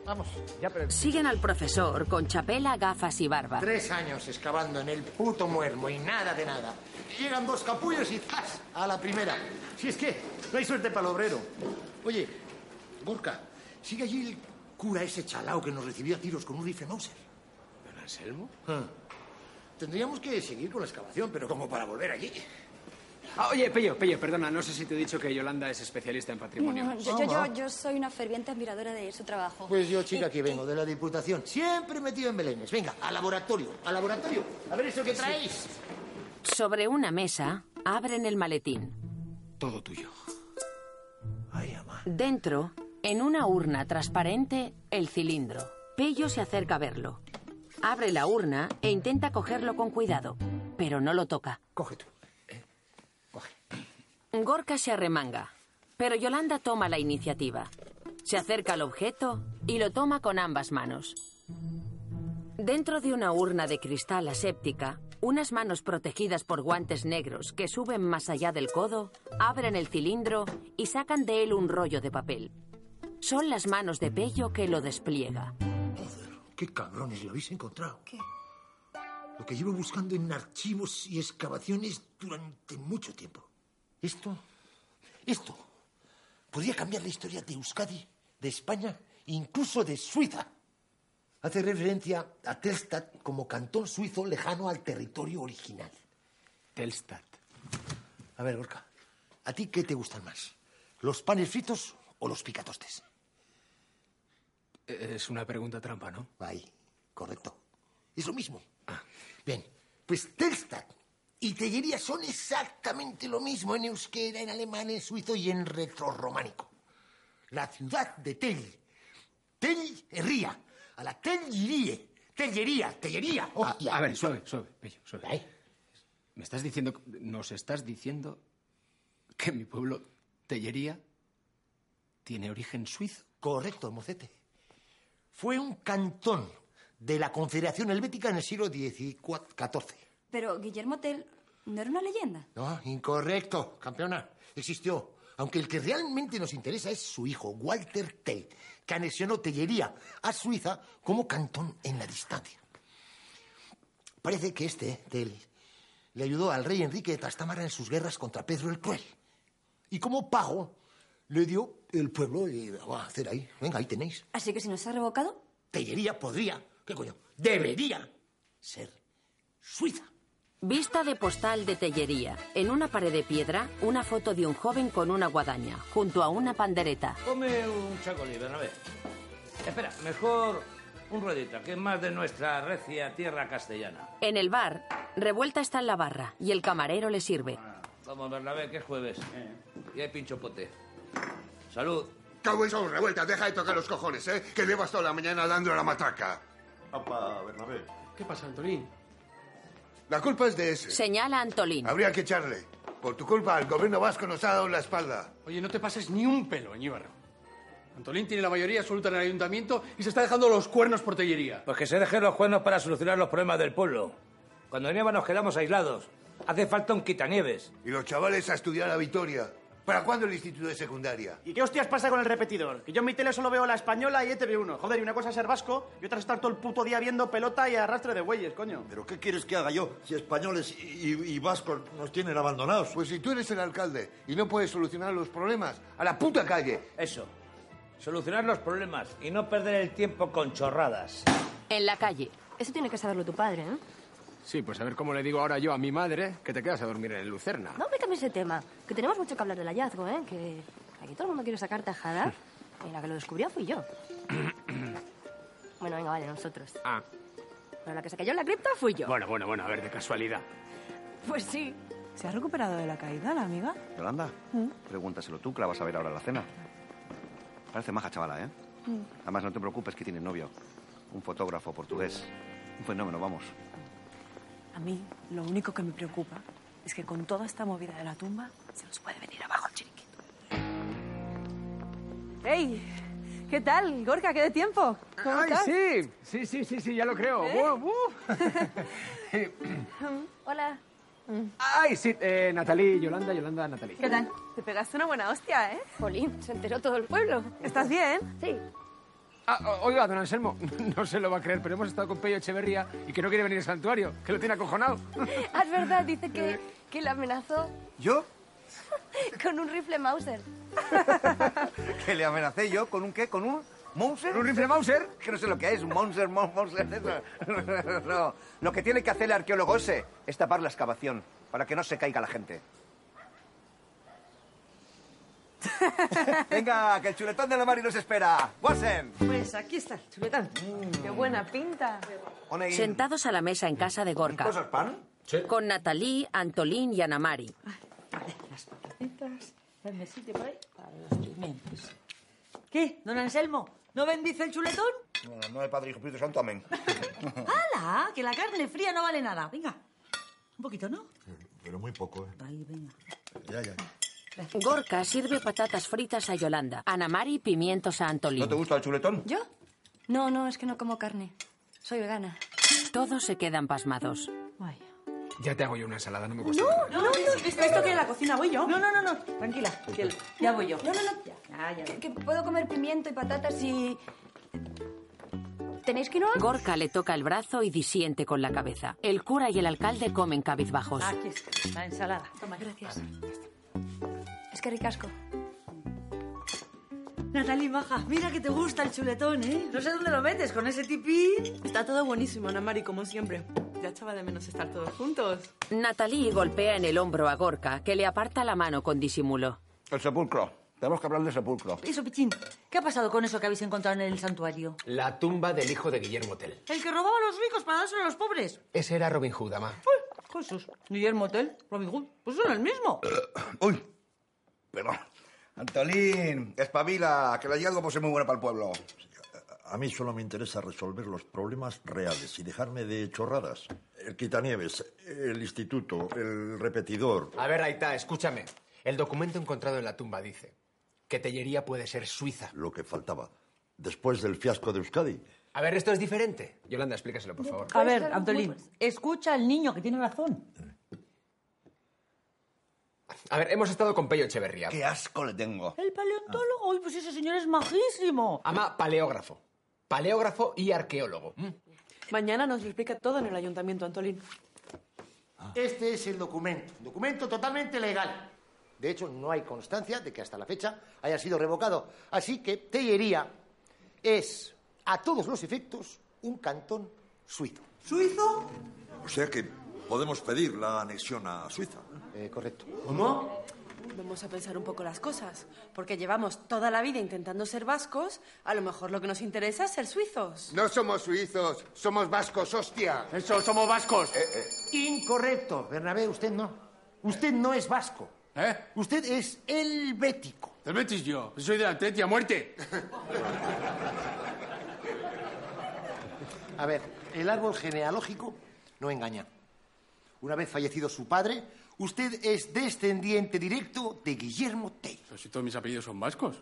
[SPEAKER 21] Vamos. Ya, pero...
[SPEAKER 2] Siguen al profesor con chapela, gafas y barba.
[SPEAKER 21] Tres años excavando en el puto muermo y nada de nada. Y llegan dos capullos y ¡zas! A la primera. Si es que no hay suerte para el obrero. Oye, Gorka, sigue allí el cura ese chalao que nos recibió a tiros con un rifenauser.
[SPEAKER 14] ¿Don Anselmo?
[SPEAKER 21] Tendríamos que seguir con la excavación, pero como para volver allí.
[SPEAKER 14] Ah, oye, Pello, Pello, perdona, no sé si te he dicho que Yolanda es especialista en patrimonio.
[SPEAKER 12] No, yo, yo- yo- yo soy una ferviente admiradora de su trabajo.
[SPEAKER 21] Pues yo, chica, que vengo de la Diputación. Siempre metido en Belénes. Venga, al laboratorio, al laboratorio. A ver eso que traéis.
[SPEAKER 2] Sobre una mesa, abren el maletín.
[SPEAKER 14] Todo tuyo.
[SPEAKER 2] Dentro, en una urna transparente, el cilindro. Pello se acerca a verlo. Abre la urna e intenta cogerlo con cuidado, pero no lo toca.
[SPEAKER 21] Coge tú. Eh,
[SPEAKER 2] Gorka se arremanga, pero Yolanda toma la iniciativa. Se acerca al objeto y lo toma con ambas manos. Dentro de una urna de cristal aséptica, unas manos protegidas por guantes negros que suben más allá del codo, abren el cilindro y sacan de él un rollo de papel. Son las manos de Pello que lo despliega.
[SPEAKER 21] ¿Qué cabrones lo habéis encontrado? ¿Qué? Lo que llevo buscando en archivos y excavaciones durante mucho tiempo. Esto, esto, podría cambiar la historia de Euskadi, de España, incluso de Suiza. Hace referencia a Telstat como cantón suizo lejano al territorio original. Telstat. A ver, Gorka, ¿a ti qué te gustan más? ¿Los panes fritos o los picatostes?
[SPEAKER 14] Eh, Es una pregunta trampa, ¿no? Ah.
[SPEAKER 21] Ahí, correcto. Es lo mismo. Bien, pues Telstat y Tellería son exactamente lo mismo en euskera, en alemán, en suizo y en retrorrománico. La ciudad de Tell. Tell Ría. A la Tellirie. Tellería, Tellería.
[SPEAKER 14] Ah, a, a ver, suave, suave, Pello, suave. Me estás diciendo, nos estás diciendo que mi pueblo, Tellería, tiene origen suizo.
[SPEAKER 21] Correcto, mocete. Fue un cantón de la Confederación Helvética en el siglo XIV.
[SPEAKER 12] Pero Guillermo Tell no era una leyenda.
[SPEAKER 21] No, incorrecto, campeona. Existió. Aunque el que realmente nos interesa es su hijo, Walter Tell, que anexionó Tellería a Suiza como cantón en la distancia. Parece que este, Tell, le ayudó al rey Enrique de Trastámara en sus guerras contra Pedro el Cruel. Y como pago, le dio el pueblo y va a hacer ahí. Venga, ahí tenéis.
[SPEAKER 12] Así que si nos ha revocado,
[SPEAKER 21] Tellería podría, ¿qué coño? Debería ser Suiza.
[SPEAKER 2] Vista de postal de Tellería. En una pared de piedra, una foto de un joven con una guadaña, junto a una pandereta.
[SPEAKER 7] Come un chacolí, Bernabé. Espera, mejor un ruedita, que es más de nuestra recia tierra castellana.
[SPEAKER 2] En el bar, Revuelta está en la barra y el camarero le sirve.
[SPEAKER 7] Vamos, Bernabé, que es jueves.
[SPEAKER 22] Eh.
[SPEAKER 7] Y hay pincho pote. Salud.
[SPEAKER 22] Cowboys son revuelta, deja de tocar los cojones, ¿eh? Que llevas toda la mañana dando la matraca. Papá, Bernabé.
[SPEAKER 14] ¿Qué pasa, Antolín?
[SPEAKER 22] La culpa es de ese.
[SPEAKER 2] Señala a Antolín.
[SPEAKER 22] Habría que echarle. Por tu culpa, el gobierno vasco nos ha dado la espalda.
[SPEAKER 14] Oye, no te pases ni un pelo, Ñíbarro. Antolín tiene la mayoría absoluta en el ayuntamiento y se está dejando los cuernos por tellería.
[SPEAKER 7] Pues que se dejen los cuernos para solucionar los problemas del pueblo. Cuando nieva nos quedamos aislados. Hace falta un quitanieves.
[SPEAKER 22] Y los chavales a estudiar a Vitoria. ¿Para cuándo el instituto de secundaria?
[SPEAKER 3] ¿Y qué hostias pasa con el repetidor? Que yo en mi tele solo veo la española y E ETV1. Joder, y una cosa es ser vasco y otra es estar todo el puto día viendo pelota y arrastre de bueyes, coño.
[SPEAKER 5] ¿Pero qué quieres que haga yo si españoles y, y- y vascos nos tienen abandonados?
[SPEAKER 22] Pues si tú eres el alcalde y no puedes solucionar los problemas, a la puta calle.
[SPEAKER 7] Eso. Solucionar los problemas y no perder el tiempo con chorradas.
[SPEAKER 2] En la calle.
[SPEAKER 9] Eso tiene que saberlo tu padre, ¿eh?
[SPEAKER 14] Sí, pues a ver cómo le digo ahora yo a mi madre que te quedas a dormir en el Lucerna.
[SPEAKER 9] No me cambies ese tema, que tenemos mucho que hablar del hallazgo, ¿eh? Que aquí todo el mundo quiere sacar tajada. Y la que lo descubrió fui yo. Bueno, venga, vale, nosotros.
[SPEAKER 14] Ah,
[SPEAKER 9] Pero la que se cayó en la cripta fui yo.
[SPEAKER 14] bueno, bueno, bueno, a ver, de casualidad.
[SPEAKER 9] Pues sí. ¿Se ha recuperado de la caída la amiga?
[SPEAKER 23] Yolanda, pregúntaselo tú, que la vas a ver ahora a la cena. Parece maja chavala, ¿eh?
[SPEAKER 11] Mm,
[SPEAKER 23] Además, no te preocupes que tiene novio. Un fotógrafo portugués. Un fenómeno, vamos.
[SPEAKER 9] A mí, lo único que me preocupa es que con toda esta movida de la tumba se nos puede venir abajo el chiringuito. ¡Hey! ¿Qué tal, Gorka? ¿Qué de tiempo? ¿Cómo
[SPEAKER 14] ¡Ay,
[SPEAKER 9] estás?
[SPEAKER 14] sí! Sí, sí, sí, sí, ya lo creo.
[SPEAKER 9] ¿Eh?
[SPEAKER 14] Buah, buh.
[SPEAKER 9] Hola.
[SPEAKER 14] ¡Ay, sí! Eh, Natalí, Yolanda, Yolanda, Natalí.
[SPEAKER 9] ¿Qué tal? Te pegaste una buena hostia, ¿eh? Jolín, se enteró todo el pueblo. ¿Estás bien? Sí.
[SPEAKER 14] Ah, o- oiga, don Anselmo, no se lo va a creer, pero hemos estado con Pello Echeverría y que no quiere venir al santuario, que lo tiene acojonado.
[SPEAKER 9] Ah, es verdad, dice que, que le amenazó
[SPEAKER 17] ¿Yo?
[SPEAKER 9] con un rifle Mauser.
[SPEAKER 17] ¿Que le amenacé yo con un qué? ¿Con un Mauser? ¿Un rifle Mauser? Que no sé lo que es, un Mauser, Mon- Mauser. eso. No, lo que tiene que hacer el arqueólogo ese es tapar la excavación para que no se caiga la gente. Venga, que el chuletón de la Mari nos espera. ¡Wasen!
[SPEAKER 9] Pues aquí está, chuletón. Mm. Qué buena pinta.
[SPEAKER 2] Sentados a la mesa en casa de Gorka.
[SPEAKER 9] ¿Cosas
[SPEAKER 17] pan?
[SPEAKER 2] Con Natalí, Antolín y Anamari.
[SPEAKER 20] Dame sitio por ahí para los alimentos. ¿Qué, don Anselmo? ¿No bendice el chuletón?
[SPEAKER 23] No, de Padre, Hijo, Espíritu Santo, amén.
[SPEAKER 20] ¡Hala! Que la carne fría no vale nada. Venga. Un poquito, ¿no?
[SPEAKER 5] Pero muy poco, ¿eh?
[SPEAKER 20] Ahí, venga.
[SPEAKER 5] Ya, ya.
[SPEAKER 2] Gorka sirve patatas fritas a Yolanda. Anamari, pimientos a Antolín.
[SPEAKER 23] ¿No te gusta el chuletón?
[SPEAKER 12] ¿Yo? No, no, es que no como carne. Soy vegana.
[SPEAKER 2] Todos se quedan pasmados.
[SPEAKER 14] Ya te hago yo
[SPEAKER 17] Ah,
[SPEAKER 14] una ensalada, no me
[SPEAKER 20] No, no, no, esto que en la cocina voy yo. No, no, no, no. Tranquila, que el- ya voy yo.
[SPEAKER 12] No, no, no.
[SPEAKER 20] Ya.
[SPEAKER 4] Que, que puedo comer pimiento y patatas y... ¿Tenéis quinoa?
[SPEAKER 2] Gorka le toca el brazo y disiente con la cabeza. El cura y el alcalde comen cabizbajos.
[SPEAKER 20] Aquí está, la ensalada. Toma,
[SPEAKER 4] gracias. Es que ricasco.
[SPEAKER 20] Natalie Maja,
[SPEAKER 9] Ah,
[SPEAKER 20] mira que te gusta el chuletón, ¿eh? No sé dónde lo metes con ese tipín.
[SPEAKER 9] Está todo buenísimo, Ana Mari, como siempre. Ya echaba de menos estar todos juntos.
[SPEAKER 2] Natalie golpea en el hombro a Gorka, que le aparta la mano con disimulo.
[SPEAKER 17] El sepulcro. Tenemos que hablar del sepulcro.
[SPEAKER 20] Eso, Pichín, ¿qué ha pasado con eso que habéis encontrado en el santuario?
[SPEAKER 24] La tumba del hijo de Guillermo Tell.
[SPEAKER 20] El que robaba a los ricos para dárselo a los pobres.
[SPEAKER 24] Ese era Robin Hood, ama.
[SPEAKER 20] Jesús, Guillermo Tell, Robin Hood, pues son el mismo.
[SPEAKER 24] Eh,
[SPEAKER 17] Perdón. Antolín, espabila, que el hallazgo pues, es muy bueno para el pueblo.
[SPEAKER 5] A mí solo me interesa resolver los problemas reales y dejarme de chorradas. El quitanieves, el instituto, el repetidor.
[SPEAKER 24] A ver, Aita, escúchame. El documento encontrado en la tumba dice que Tellería puede ser suiza.
[SPEAKER 5] Lo que faltaba. Después del fiasco de Euskadi.
[SPEAKER 24] A ver, esto es diferente. Yolanda, explícaselo, por favor.
[SPEAKER 20] A ver, Antolín, escucha al niño que tiene razón.
[SPEAKER 24] A ver, hemos estado con Pello Echeverría.
[SPEAKER 17] Qué asco le tengo.
[SPEAKER 20] El paleontólogo, Ay, pues ese señor es majísimo.
[SPEAKER 24] Ama paleógrafo. Paleógrafo y arqueólogo. Mm.
[SPEAKER 9] Mañana nos lo explica todo en el ayuntamiento, Antolín.
[SPEAKER 21] Este es el documento, un documento totalmente legal. De hecho, no hay constancia de que hasta la fecha haya sido revocado. Así que Tellería es, a todos los efectos, un cantón suizo.
[SPEAKER 20] ¿Suizo?
[SPEAKER 5] O sea que podemos pedir la anexión a Suiza.
[SPEAKER 21] Eh, correcto.
[SPEAKER 5] ¿Cómo?
[SPEAKER 9] Vamos a pensar un poco las cosas, porque llevamos toda la vida intentando ser vascos, a lo mejor lo que nos interesa es ser suizos.
[SPEAKER 22] No somos suizos, somos vascos, hostia. Eh,
[SPEAKER 21] Eso, somos vascos. Incorrecto, Bernabé, usted no. Usted no es vasco.
[SPEAKER 6] ¿Eh?
[SPEAKER 21] Usted es helvético.
[SPEAKER 6] ¿Te metes yo? Soy de la Atleti a muerte.
[SPEAKER 21] A ver, el árbol genealógico no engaña. Una vez fallecido su padre, usted es descendiente directo de Guillermo Tell.
[SPEAKER 6] Pero si todos mis apellidos son vascos.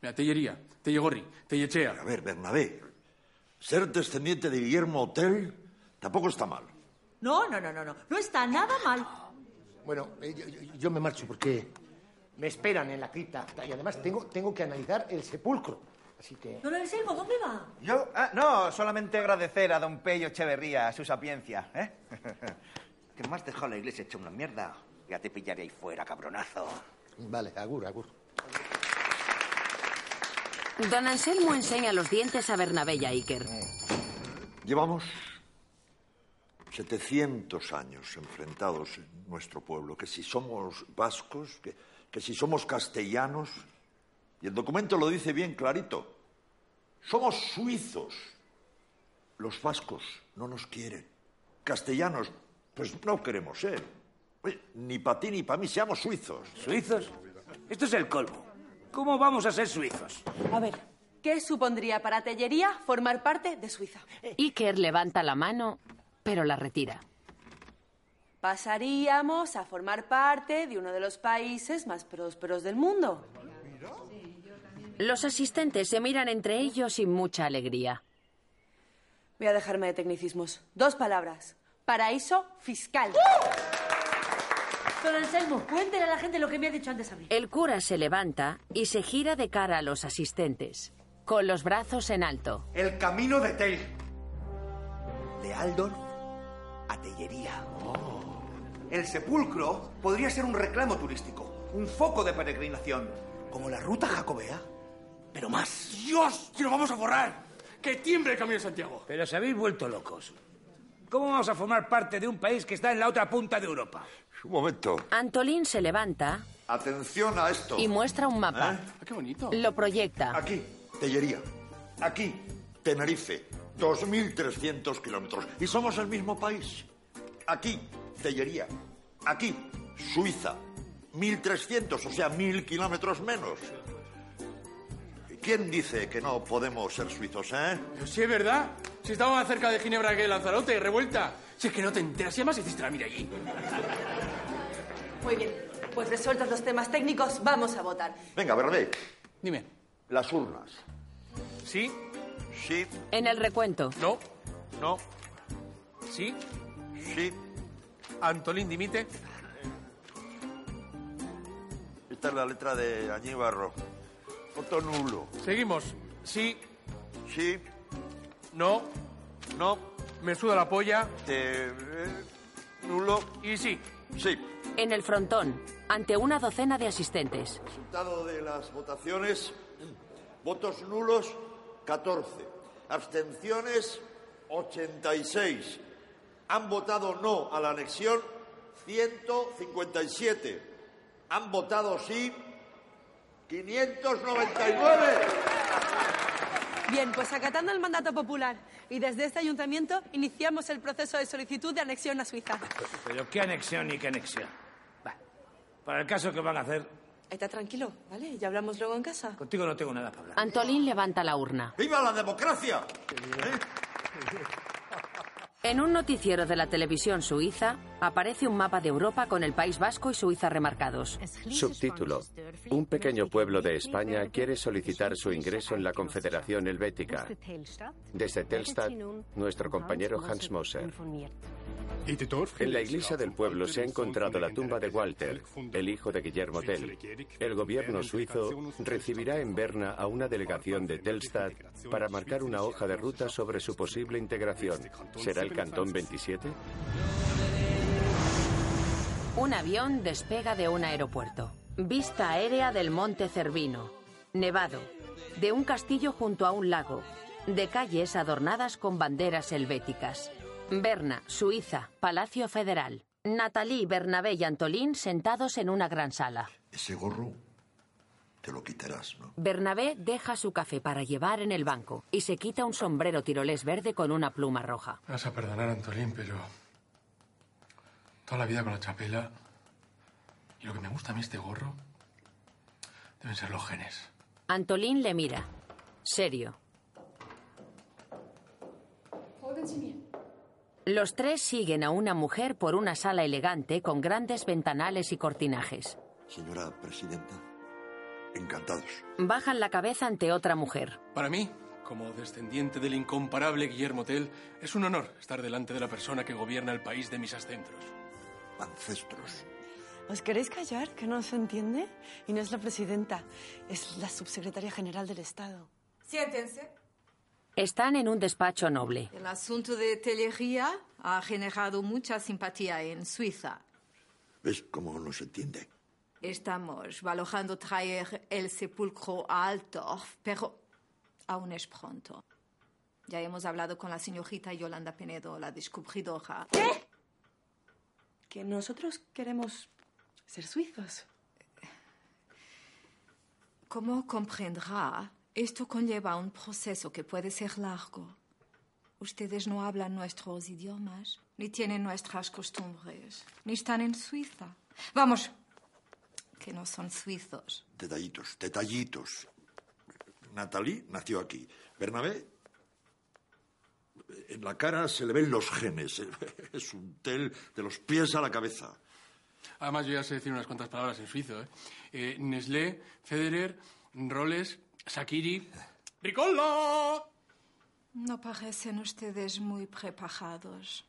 [SPEAKER 6] Mira, Tellería, Tellegorri, Tellechea.
[SPEAKER 5] A ver, Bernabé, ser descendiente de Guillermo Hotel tampoco está mal.
[SPEAKER 20] No, no, no, no, no. No está nada mal.
[SPEAKER 21] Bueno, eh, yo, yo- yo me marcho porque me esperan en la cripta y además tengo, tengo que analizar el sepulcro. Así que...
[SPEAKER 20] Don Anselmo, ¿dónde va?
[SPEAKER 25] Yo, ah, no, solamente agradecer a don Pello Echeverría su sapiencia, ¿eh? que más dejó la iglesia hecha una mierda. Ya te pillaré ahí fuera, cabronazo.
[SPEAKER 21] Vale, agur, agur.
[SPEAKER 2] Don Anselmo enseña los dientes a Bernabé y a Iker.
[SPEAKER 17] Mm.
[SPEAKER 5] Llevamos 700 años enfrentados en nuestro pueblo, que si somos vascos, que, que si somos castellanos, y el documento lo dice bien clarito, somos suizos. Los vascos no nos quieren. Castellanos, pues no queremos ser. Oye, ni para ti ni para mí, seamos suizos.
[SPEAKER 7] ¿Suizos? Esto es el colmo. ¿Cómo vamos a ser suizos?
[SPEAKER 9] A ver, ¿qué supondría para Tellería formar parte de Suiza?
[SPEAKER 20] Eh.
[SPEAKER 2] Iker levanta la mano, pero la retira.
[SPEAKER 9] Pasaríamos a formar parte de uno de los países más prósperos del mundo.
[SPEAKER 2] Los asistentes se miran entre ellos sin mucha alegría.
[SPEAKER 9] Voy a dejarme de tecnicismos. Dos palabras. Paraíso fiscal.
[SPEAKER 20] Don Anselmo, cuéntele a la gente lo que me ha dicho antes a mí.
[SPEAKER 2] El cura se levanta y se gira de cara a los asistentes, con los brazos en alto.
[SPEAKER 17] El camino de Tell. De Aldor a Tellería. Oh. El sepulcro podría ser un reclamo turístico, un foco de peregrinación, como la ruta jacobea, pero más.
[SPEAKER 7] ¡Dios! ¡Que nos vamos a forrar! ¡Que tiembre el Camino de Santiago! Pero se habéis vuelto locos. ¿Cómo vamos a formar parte de un país que está en la otra punta de Europa?
[SPEAKER 5] Un momento.
[SPEAKER 2] Antolín se levanta
[SPEAKER 5] Atención a esto.
[SPEAKER 2] y muestra un mapa.
[SPEAKER 5] ¿Eh? Ah, ¡Qué bonito!
[SPEAKER 2] Lo proyecta.
[SPEAKER 5] Aquí, Tellería. Aquí, Tenerife. 2.300 kilómetros. Y somos el mismo país. Aquí, Tellería. Aquí, Suiza. 1.300, o sea, 1.000 kilómetros menos. ¿Quién dice que no podemos ser suizos, eh?
[SPEAKER 6] Pero si es verdad. Si estaba más cerca de Ginebra que de Lanzarote, revuelta. Si es que no te enteras, si además hiciste la mira allí.
[SPEAKER 9] Muy bien. Pues resueltos los temas técnicos, vamos a votar.
[SPEAKER 5] Venga, Bernabé.
[SPEAKER 6] Dime.
[SPEAKER 5] Las urnas.
[SPEAKER 7] ¿Sí?
[SPEAKER 5] Sí.
[SPEAKER 2] En el recuento.
[SPEAKER 7] No. No. ¿Sí? Sí. Antolín dimite.
[SPEAKER 5] Esta es la letra de Añíbarro. Voto nulo.
[SPEAKER 26] Seguimos. Sí. Sí. No. No. Me suda la polla. nulo. Y sí. Sí.
[SPEAKER 2] En el frontón, ante una docena de asistentes.
[SPEAKER 5] Resultado de las votaciones. Votos nulos, 14. Abstenciones, 86. Han votado no a la anexión, 157. Han votado sí, 599.
[SPEAKER 9] Bien, pues acatando el mandato popular y desde este ayuntamiento iniciamos el proceso de solicitud de anexión a Suiza.
[SPEAKER 7] Pero qué anexión y qué anexión. Va, Para el caso que van a hacer,
[SPEAKER 9] Está tranquilo, ¿vale? Ya hablamos luego en casa.
[SPEAKER 7] contigo no tengo nada para hablar.
[SPEAKER 2] Antolín levanta la urna.
[SPEAKER 5] ¡Viva la democracia!
[SPEAKER 2] En un noticiero de la televisión suiza aparece un mapa de Europa con el País Vasco y Suiza remarcados.
[SPEAKER 25] Subtítulo. Un pequeño pueblo de España quiere solicitar su ingreso en la Confederación Helvética. Desde Telstad, nuestro compañero Hans Moser. En la iglesia del pueblo se ha encontrado la tumba de Walter, el hijo de Guillermo Tell. El gobierno suizo recibirá en Berna a una delegación de Telstad para marcar una hoja de ruta sobre su posible integración. ¿Será el cantón 27?
[SPEAKER 2] Un avión despega de un aeropuerto. Vista aérea del monte Cervino. Nevado. De un castillo junto a un lago. De calles adornadas con banderas helvéticas. Berna, Suiza, Palacio Federal. Natalie, Bernabé y Antolín sentados en una gran sala.
[SPEAKER 27] Ese gorro te lo quitarás, ¿no?
[SPEAKER 2] Bernabé deja su café para llevar en el banco y se quita un sombrero tirolés verde con una pluma roja.
[SPEAKER 6] Vas a perdonar, Antolín, pero. Toda la vida con la chapela. Y lo que me gusta a mí este gorro. Deben ser los genes.
[SPEAKER 2] Antolín le mira. Serio. Los tres siguen a una mujer por una sala elegante con grandes ventanales y cortinajes.
[SPEAKER 27] Señora presidenta, encantados.
[SPEAKER 2] Bajan la cabeza ante otra mujer.
[SPEAKER 6] Para mí, como descendiente del incomparable Guillermo Tell, es un honor estar delante de la persona que gobierna el país de mis ancestros. Ancestros.
[SPEAKER 9] ¿Os queréis callar? Que no se entiende. Y no es la presidenta, es la subsecretaria general del Estado.
[SPEAKER 28] Siéntense.
[SPEAKER 2] Están en un despacho noble.
[SPEAKER 28] El asunto de Telería ha generado mucha simpatía en Suiza.
[SPEAKER 27] ¿Ves cómo nos entiende?
[SPEAKER 28] Estamos valorando traer el sepulcro a Altdorf, pero aún es pronto. Ya hemos hablado con la señorita Yolanda Penedo, la descubridora. ¿Qué?
[SPEAKER 9] Que nosotros queremos ser suizos.
[SPEAKER 28] Como comprenderá, esto conlleva un proceso que puede ser largo. Ustedes no hablan nuestros idiomas, ni tienen nuestras costumbres, ni están en Suiza. Vamos, que no son suizos.
[SPEAKER 27] Detallitos, detallitos. Natalie nació aquí. Bernabé, en la cara se le ven los genes. Es un tel de los pies a la cabeza.
[SPEAKER 6] Además, yo ya sé decir unas cuantas palabras en suizo. ¿eh? Eh, Nestlé, Federer, Rolles, Sakiri. ¡Ricola!
[SPEAKER 28] No parecen ustedes muy preparados.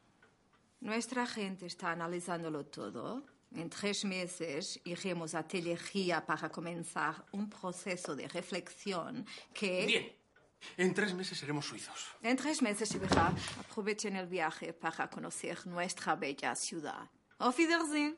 [SPEAKER 28] Nuestra gente está analizándolo todo. En tres meses iremos a Telería para comenzar un proceso de reflexión que...
[SPEAKER 6] Bien. En tres meses seremos suizos.
[SPEAKER 28] En tres meses se verá. Aprovechen el viaje para conocer nuestra bella ciudad. Auf Wiedersehen.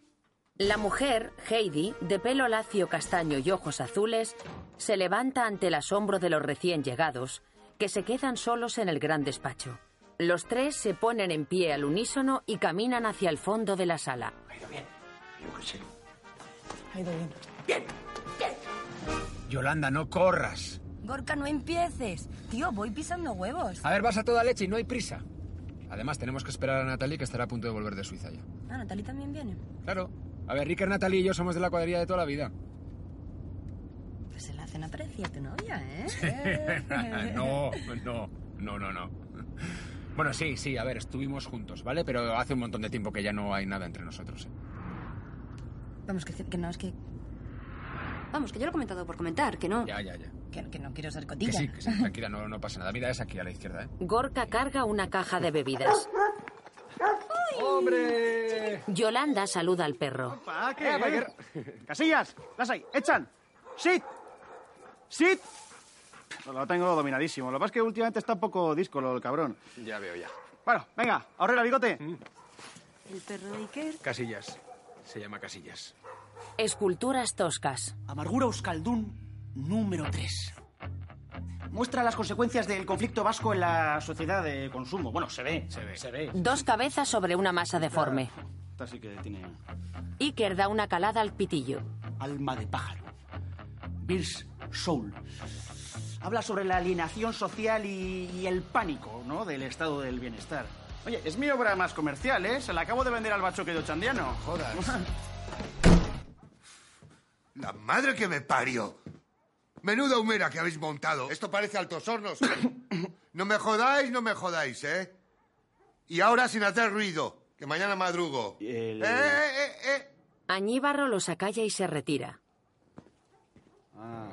[SPEAKER 2] La mujer, Heidi, de pelo lacio castaño y ojos azules, se levanta ante el asombro de los recién llegados, que se quedan solos en el gran despacho. Los tres se ponen en pie al unísono y caminan hacia el fondo de la sala.
[SPEAKER 27] Yo qué sé.
[SPEAKER 9] Ha ido bien.
[SPEAKER 14] Yolanda, no corras.
[SPEAKER 12] Gorka, no empieces. Tío, voy pisando huevos.
[SPEAKER 14] A ver, vas a toda leche y no hay prisa. Además, tenemos que esperar a Natalie, que estará a punto de volver de Suiza ya.
[SPEAKER 12] Ah, Natalie también viene.
[SPEAKER 14] Claro. A ver, Ricker, Natalie y yo somos de la cuadrilla de toda la vida.
[SPEAKER 12] Pues en la cena parecía tu novia, ¿eh?
[SPEAKER 14] no, no, no, no, no. Bueno, sí, sí, a ver, estuvimos juntos, ¿vale? Pero hace un montón de tiempo que ya no hay nada entre nosotros. ¿eh?
[SPEAKER 12] Vamos, que, que no, es que... Vamos, que yo lo he comentado por comentar, que no.
[SPEAKER 14] Ya, ya, ya.
[SPEAKER 12] Que, que no quiero ser
[SPEAKER 14] Que
[SPEAKER 12] cotilla.
[SPEAKER 14] sí, que sí, tranquila, no, no pasa nada. Mira, es aquí a la izquierda, ¿eh?
[SPEAKER 2] Gorka carga una caja de bebidas.
[SPEAKER 14] ¡Hombre!
[SPEAKER 2] Yolanda saluda al perro.
[SPEAKER 3] Ah, ¿qué?
[SPEAKER 14] Eh,
[SPEAKER 3] Casillas, las hay, echan. ¡Sit! ¡Sit! Lo tengo dominadísimo. Lo que pasa es que últimamente está un poco díscolo el cabrón.
[SPEAKER 29] Ya veo, ya.
[SPEAKER 3] Bueno, venga, ahorrera, bigote.
[SPEAKER 17] Mm.
[SPEAKER 30] El perro de Iker.
[SPEAKER 14] Casillas. Se llama Casillas.
[SPEAKER 2] Esculturas toscas.
[SPEAKER 3] Amargura Euskaldun número 3. Muestra las consecuencias del conflicto vasco en la sociedad de consumo. Bueno, se ve, se ve, se ve.
[SPEAKER 2] Dos cabezas sobre una masa deforme.
[SPEAKER 3] Esta sí que tiene
[SPEAKER 2] Iker da una calada al pitillo.
[SPEAKER 3] alma de pájaro. Birs Soul. Habla sobre la alienación social y, y el pánico, ¿no? Del estado del bienestar. Oye, es mi obra más comercial, ¿eh? Se la acabo de vender al bachoque de Ochandiano. Jodas.
[SPEAKER 22] La madre que me parió. Menuda humera que habéis montado. Esto parece altos hornos. No me jodáis, no me jodáis, ¿eh? Y ahora sin hacer ruido, que mañana madrugo. ¿Eh?
[SPEAKER 2] Añíbarro los acalla y se retira.
[SPEAKER 7] Ah.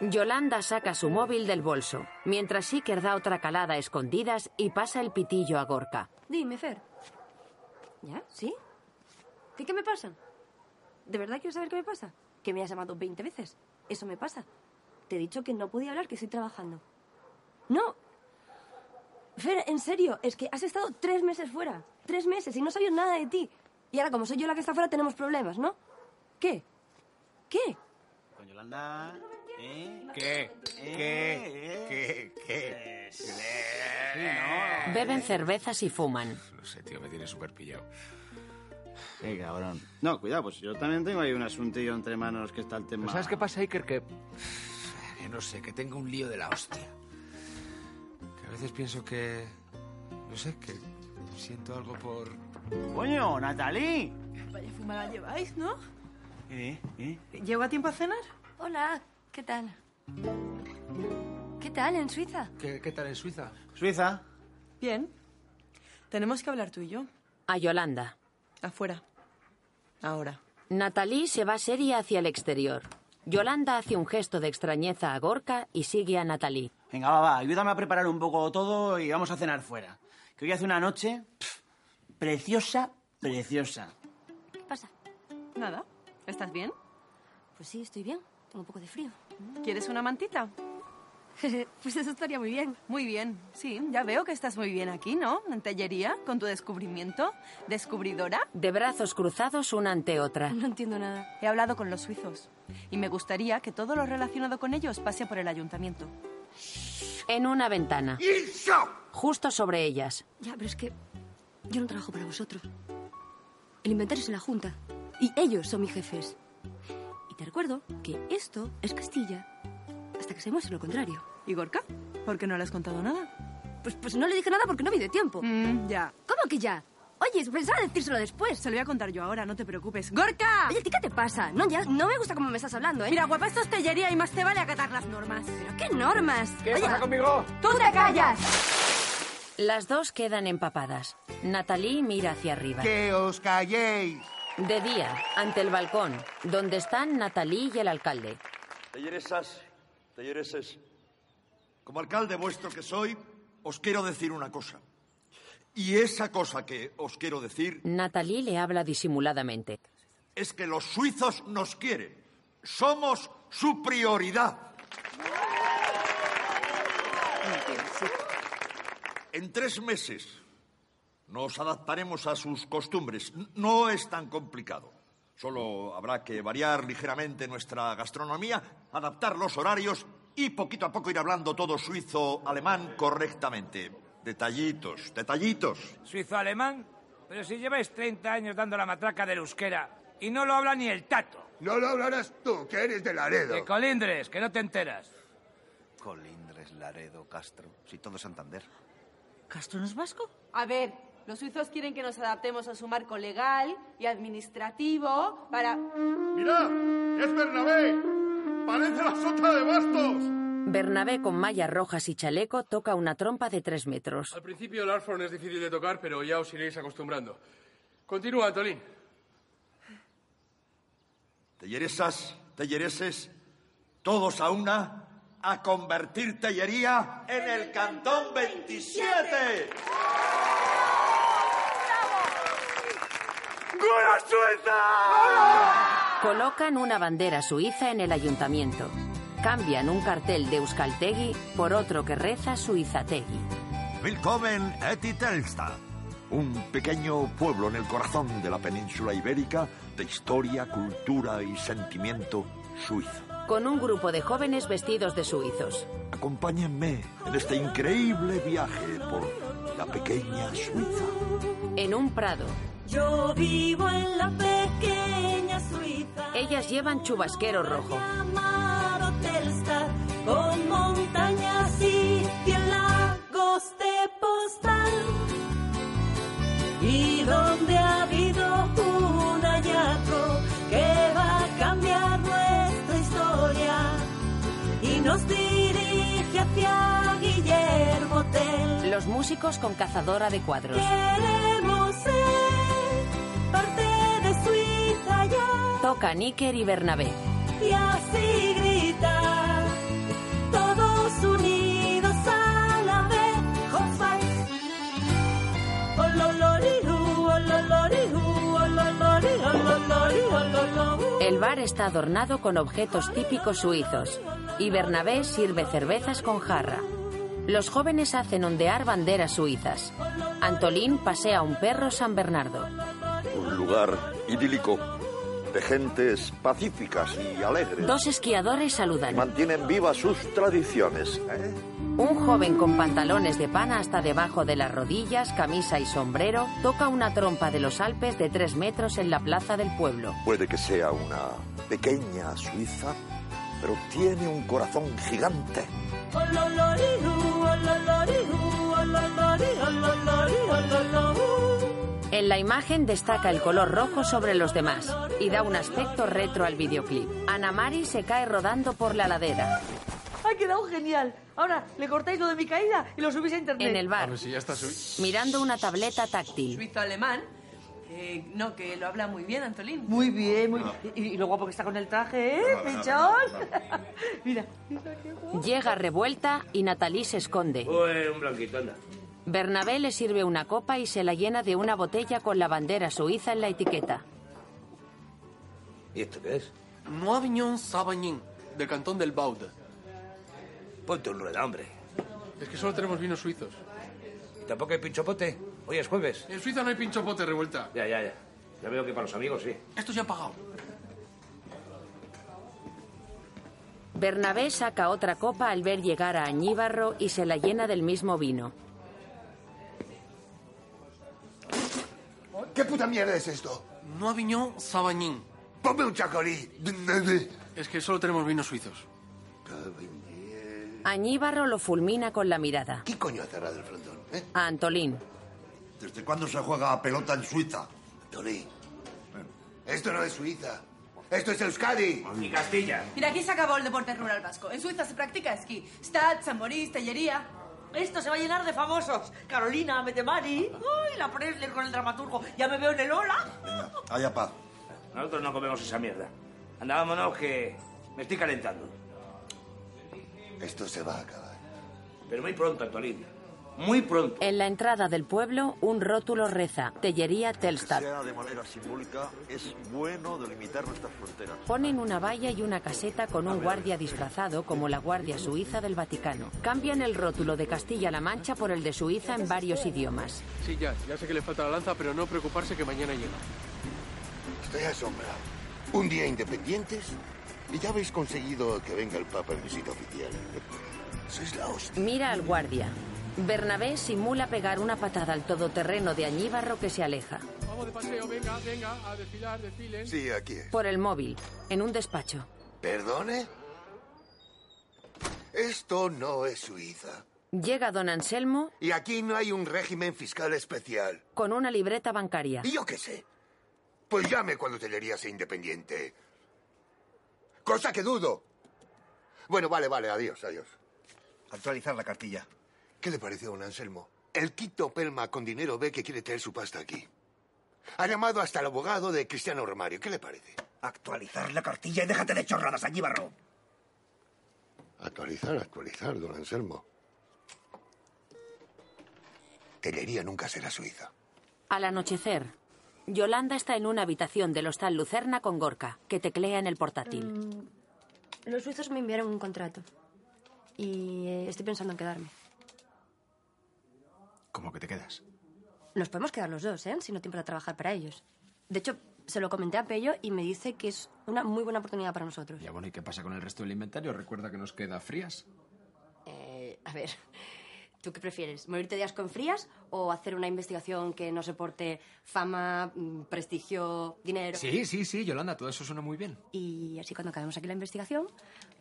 [SPEAKER 2] Yolanda saca su móvil del bolso, mientras Iker da otra calada a escondidas y pasa el pitillo a Gorka.
[SPEAKER 12] Dime, Fer. ¿Ya? ¿Sí? ¿Qué, qué me pasa? ¿De verdad quieres saber qué me pasa? Que me has llamado 20 veces. Eso me pasa. Te he dicho que no podía hablar, que estoy trabajando. No. Fer, en serio, es que has estado tres meses fuera. Tres meses y no sabía nada de ti. Y ahora, como soy yo la que está fuera, tenemos problemas, ¿no? ¿Qué? ¿Qué?
[SPEAKER 3] Con Yolanda. ¿Eh?
[SPEAKER 14] ¿Qué?
[SPEAKER 3] ¿Qué?
[SPEAKER 14] ¿Qué? ¿Qué?
[SPEAKER 2] Beben cervezas y fuman.
[SPEAKER 14] No sé, tío, me tiene súper pillado.
[SPEAKER 3] Qué cabrón. No, cuidado, pues yo también tengo ahí un asuntillo entre manos que está el tema.
[SPEAKER 14] Pero ¿Sabes qué pasa, Iker? Que. que no sé, que tengo un lío de la hostia. Que a veces pienso que. No sé, que siento algo por.
[SPEAKER 3] Coño, Natalie.
[SPEAKER 12] Vaya fumada lleváis, ¿no?
[SPEAKER 3] ¿Eh? ¿Eh?
[SPEAKER 12] ¿Llego a tiempo a cenar? Hola, ¿qué tal?
[SPEAKER 31] ¿Qué tal en Suiza?
[SPEAKER 14] ¿Qué, qué tal en Suiza?
[SPEAKER 3] Suiza.
[SPEAKER 9] Bien. Tenemos que hablar tú y yo.
[SPEAKER 2] A Yolanda.
[SPEAKER 9] Afuera. Ahora.
[SPEAKER 2] Natalie se va seria hacia el exterior. Yolanda hace un gesto de extrañeza a Gorka y sigue a Natalie.
[SPEAKER 3] Venga, va, va, ayúdame a preparar un poco todo y vamos a cenar fuera. Que hoy hace una noche pf, preciosa, preciosa.
[SPEAKER 12] ¿Qué pasa?
[SPEAKER 9] Nada. ¿Estás bien?
[SPEAKER 12] Pues sí, estoy bien. Tengo un poco de frío.
[SPEAKER 9] ¿Quieres una mantita?
[SPEAKER 12] pues eso estaría muy bien.
[SPEAKER 9] Muy bien, sí. Ya veo que estás muy bien aquí, ¿no? En Tellería, con tu descubrimiento. Descubridora.
[SPEAKER 2] De brazos cruzados una ante otra.
[SPEAKER 9] No entiendo nada. He hablado con los suizos. Y me gustaría que todo lo relacionado con ellos pase por el ayuntamiento.
[SPEAKER 2] En una ventana. Justo sobre ellas.
[SPEAKER 12] Ya, pero es que yo no trabajo para vosotros. El inventario es en la Junta. Y ellos son mis jefes. Y te recuerdo que esto es Castilla. Hasta que se muestre lo contrario.
[SPEAKER 9] ¿Y Gorka? ¿Por qué no le has contado nada? Mm,
[SPEAKER 12] Pues, pues no le dije nada porque no me dio tiempo.
[SPEAKER 9] ya.
[SPEAKER 12] ¿Cómo que ya? Oye, pensaba decírselo después.
[SPEAKER 9] Se lo voy a contar yo ahora, no te preocupes. ¡Gorka!
[SPEAKER 12] Oye, ¿qué te pasa? No, ya, no me gusta cómo me estás hablando, ¿eh?
[SPEAKER 9] Mira, guapa, esto es tellería y más te vale acatar las normas.
[SPEAKER 12] ¿Pero qué normas? Oye,
[SPEAKER 3] conmigo?
[SPEAKER 12] ¡Tú te callas!
[SPEAKER 2] Las dos quedan empapadas. Natalie mira hacia arriba.
[SPEAKER 3] ¡Que os calléis!
[SPEAKER 2] De día, ante el balcón, donde están Natalie y el alcalde.
[SPEAKER 5] Telleresas, tellereses, como alcalde vuestro que soy, os quiero decir una cosa. Y esa cosa que os quiero decir
[SPEAKER 2] Natalie le habla disimuladamente.
[SPEAKER 5] es que los suizos nos quieren. Somos su prioridad. En tres meses nos adaptaremos a sus costumbres. N- No es tan complicado. Solo habrá que variar ligeramente nuestra gastronomía, adaptar los horarios y poquito a poco ir hablando todo suizo-alemán correctamente. Detallitos, detallitos.
[SPEAKER 7] ¿Suizo-alemán? Pero si lleváis 30 años dando la matraca del euskera y no lo habla ni el tato.
[SPEAKER 22] No lo hablarás tú, que eres de Laredo.
[SPEAKER 7] De colindres, que no te enteras.
[SPEAKER 17] Colindres, Laredo, Castro, si todo es Santander.
[SPEAKER 30] ¿Castro no es vasco?
[SPEAKER 9] A ver, los suizos quieren que nos adaptemos a su marco legal y administrativo para...
[SPEAKER 6] ¡Mira! ¡Es Bernabé! ¡Parece la sota de bastos!
[SPEAKER 2] Bernabé con mallas rojas y chaleco toca una trompa de tres metros.
[SPEAKER 6] Al principio el Arfron es difícil de tocar, pero ya os iréis acostumbrando. Continúa, Antolín.
[SPEAKER 5] Telleresas, tellereses, todos a una, a convertir Tellería en el Cantón 27.
[SPEAKER 11] ¡Gol a Suiza!
[SPEAKER 2] Colocan una bandera suiza en el ayuntamiento. Cambian un cartel de Euskaltegui por otro que reza Suizategui.
[SPEAKER 5] Willkommen Eti Telsta, un pequeño pueblo en el corazón de la península ibérica de historia, cultura y sentimiento suizo.
[SPEAKER 2] Con un grupo de jóvenes vestidos de suizos.
[SPEAKER 5] Acompáñenme en este increíble viaje por la pequeña Suiza.
[SPEAKER 2] En un prado.
[SPEAKER 11] Yo vivo en la pequeña Suiza,
[SPEAKER 2] Ellas llevan chubasquero rojo.
[SPEAKER 11] mar Telstar, con montañas y cien lagos de postal. Y donde ha habido un hallazgo que va a cambiar nuestra historia y nos dirige hacia Guillermo Tell.
[SPEAKER 2] Los músicos con cazadora de cuadros.
[SPEAKER 11] Queremos ser parte de Suiza ya
[SPEAKER 2] Toca Níker y Bernabé.
[SPEAKER 11] y así gritar todos unidos a la vez. Hopsbacks. Ololoriru, ololoriru, ololori, ololori, ololorú.
[SPEAKER 2] El bar está adornado con objetos típicos suizos y Bernabé sirve cervezas con jarra. Los jóvenes hacen ondear banderas suizas. Antolín pasea un perro San Bernardo.
[SPEAKER 5] Un lugar idílico de gentes pacíficas y alegres.
[SPEAKER 2] Dos esquiadores
[SPEAKER 5] que
[SPEAKER 2] saludan.
[SPEAKER 5] Mantienen vivas sus tradiciones.
[SPEAKER 2] Un joven con pantalones de pana hasta debajo de las rodillas, camisa y sombrero toca una trompa de los Alpes de tres metros en la plaza del pueblo.
[SPEAKER 5] Puede que sea una pequeña Suiza, pero tiene un corazón gigante.
[SPEAKER 11] Ololoriru, ololoriru, ololori, ololori, ololorú.
[SPEAKER 2] En la imagen destaca el color rojo sobre los demás y da un aspecto retro al videoclip. Ana Mari se cae rodando por la ladera.
[SPEAKER 20] Ha quedado genial. Ahora le cortáis lo de mi caída y lo subís a internet.
[SPEAKER 2] En el bar.
[SPEAKER 5] si ya está
[SPEAKER 2] Mirando una tableta táctil.
[SPEAKER 9] Suizo alemán. eh, no, que lo habla muy bien, Antolín.
[SPEAKER 20] Muy bien,
[SPEAKER 6] Ah.
[SPEAKER 20] muy bien. Y, y lo guapo que está con el traje, ¿eh, pichón? Mira.
[SPEAKER 2] Llega revuelta y Natalie se esconde.
[SPEAKER 7] Uy, Pues, un blanquito, anda.
[SPEAKER 2] Bernabé le sirve una copa y se la llena de una botella con la bandera suiza en la etiqueta.
[SPEAKER 32] ¿Y esto qué es?
[SPEAKER 6] No Avignon Savagnin, del cantón del Baude.
[SPEAKER 7] Ponte un rueda, hombre.
[SPEAKER 33] Es que solo tenemos vinos suizos.
[SPEAKER 7] ¿Y tampoco hay pinchopote? Hoy es jueves.
[SPEAKER 33] En Suiza no hay pincho pote revuelta.
[SPEAKER 7] Ya, ya, ya. Ya veo que para los amigos sí.
[SPEAKER 6] Esto ya ha pagado.
[SPEAKER 2] Bernabé saca otra copa al ver llegar a Añíbarro y se la llena del mismo vino.
[SPEAKER 6] ¿Qué puta mierda es esto? No Avignon Savagnin. Ponme un chacolí. Es que solo tenemos vinos suizos.
[SPEAKER 2] Añíbarro lo fulmina con la mirada.
[SPEAKER 5] ¿Qué coño ha cerrado el frontón?
[SPEAKER 2] A Antolín.
[SPEAKER 5] ¿Desde cuándo se juega a pelota en Suiza?
[SPEAKER 22] Tony, esto no es Suiza. Esto es Euskadi.
[SPEAKER 7] Y Castilla.
[SPEAKER 9] Mira, aquí se acabó el deporte rural vasco. En Suiza se practica esquí, stad, zamborís, tallería.
[SPEAKER 20] Esto se va a llenar de famosos. Carolina, Metemari. Uy, la Presler con el dramaturgo. Ya me veo en el Ola.
[SPEAKER 5] Haya paz.
[SPEAKER 7] Nosotros no comemos esa mierda. Anda, vámonos que me estoy calentando.
[SPEAKER 22] Esto se va a acabar.
[SPEAKER 7] Pero muy pronto, Antolín. Muy pronto.
[SPEAKER 2] En la entrada del pueblo, un rótulo reza: Tellería Telstar.
[SPEAKER 5] Sea de manera simbólica, es bueno delimitar nuestras fronteras.
[SPEAKER 2] Ponen una valla y una caseta con un guardia disfrazado como la Guardia Suiza del Vaticano. Cambian el rótulo de Castilla-La Mancha por el de Suiza en varios idiomas.
[SPEAKER 6] Sí, ya. Ya sé que le falta la lanza, pero no preocuparse que mañana llega.
[SPEAKER 22] Estoy asombrado. Un día independientes y ya habéis conseguido que venga el Papa en visita oficial. Sois la hostia.
[SPEAKER 2] Mira al guardia. Bernabé simula pegar una patada al todoterreno de Añíbarro que se aleja.
[SPEAKER 6] Vamos de paseo, venga, venga, a desfilar, desfilen.
[SPEAKER 22] Sí, aquí es.
[SPEAKER 2] Por el móvil, en un despacho.
[SPEAKER 22] ¿Perdone? Esto no es Suiza.
[SPEAKER 2] Llega don Anselmo
[SPEAKER 22] Y aquí no hay un régimen fiscal especial.
[SPEAKER 2] con una libreta bancaria.
[SPEAKER 22] ¿Y yo qué sé? Pues llame cuando Tellería sea independiente. Cosa que dudo. Bueno, vale, vale, adiós, adiós.
[SPEAKER 34] Actualizar la cartilla.
[SPEAKER 22] ¿Qué le parece, don Anselmo? El Quito Pelma con dinero ve que quiere traer su pasta aquí. Ha llamado hasta el abogado de Cristiano Romario. ¿Qué le parece?
[SPEAKER 34] Actualizar la cartilla y déjate de chorradas, Añíbarro.
[SPEAKER 22] Actualizar, actualizar, don Anselmo. Tellería nunca será Suiza.
[SPEAKER 2] Al anochecer, Yolanda está en una habitación del Hostal Lucerna con Gorka, que teclea en el portátil.
[SPEAKER 12] Mm, Los suizos me enviaron un contrato y eh, estoy pensando en quedarme.
[SPEAKER 14] ¿Cómo que te quedas?
[SPEAKER 12] Nos podemos quedar los dos, ¿eh? Si no tiempo para trabajar para ellos. De hecho, se lo comenté a Pello y me dice que es una muy buena oportunidad para nosotros.
[SPEAKER 14] Ya bueno, ¿y qué pasa con el resto del inventario? Recuerda que nos queda frías.
[SPEAKER 12] Eh, a ver, ¿tú qué prefieres? ¿Morirte de asco en frías o hacer una investigación que no soporte fama, mm, prestigio, dinero?
[SPEAKER 14] Sí, sí, sí, Yolanda, todo eso suena muy bien.
[SPEAKER 12] Y así cuando acabemos aquí la investigación,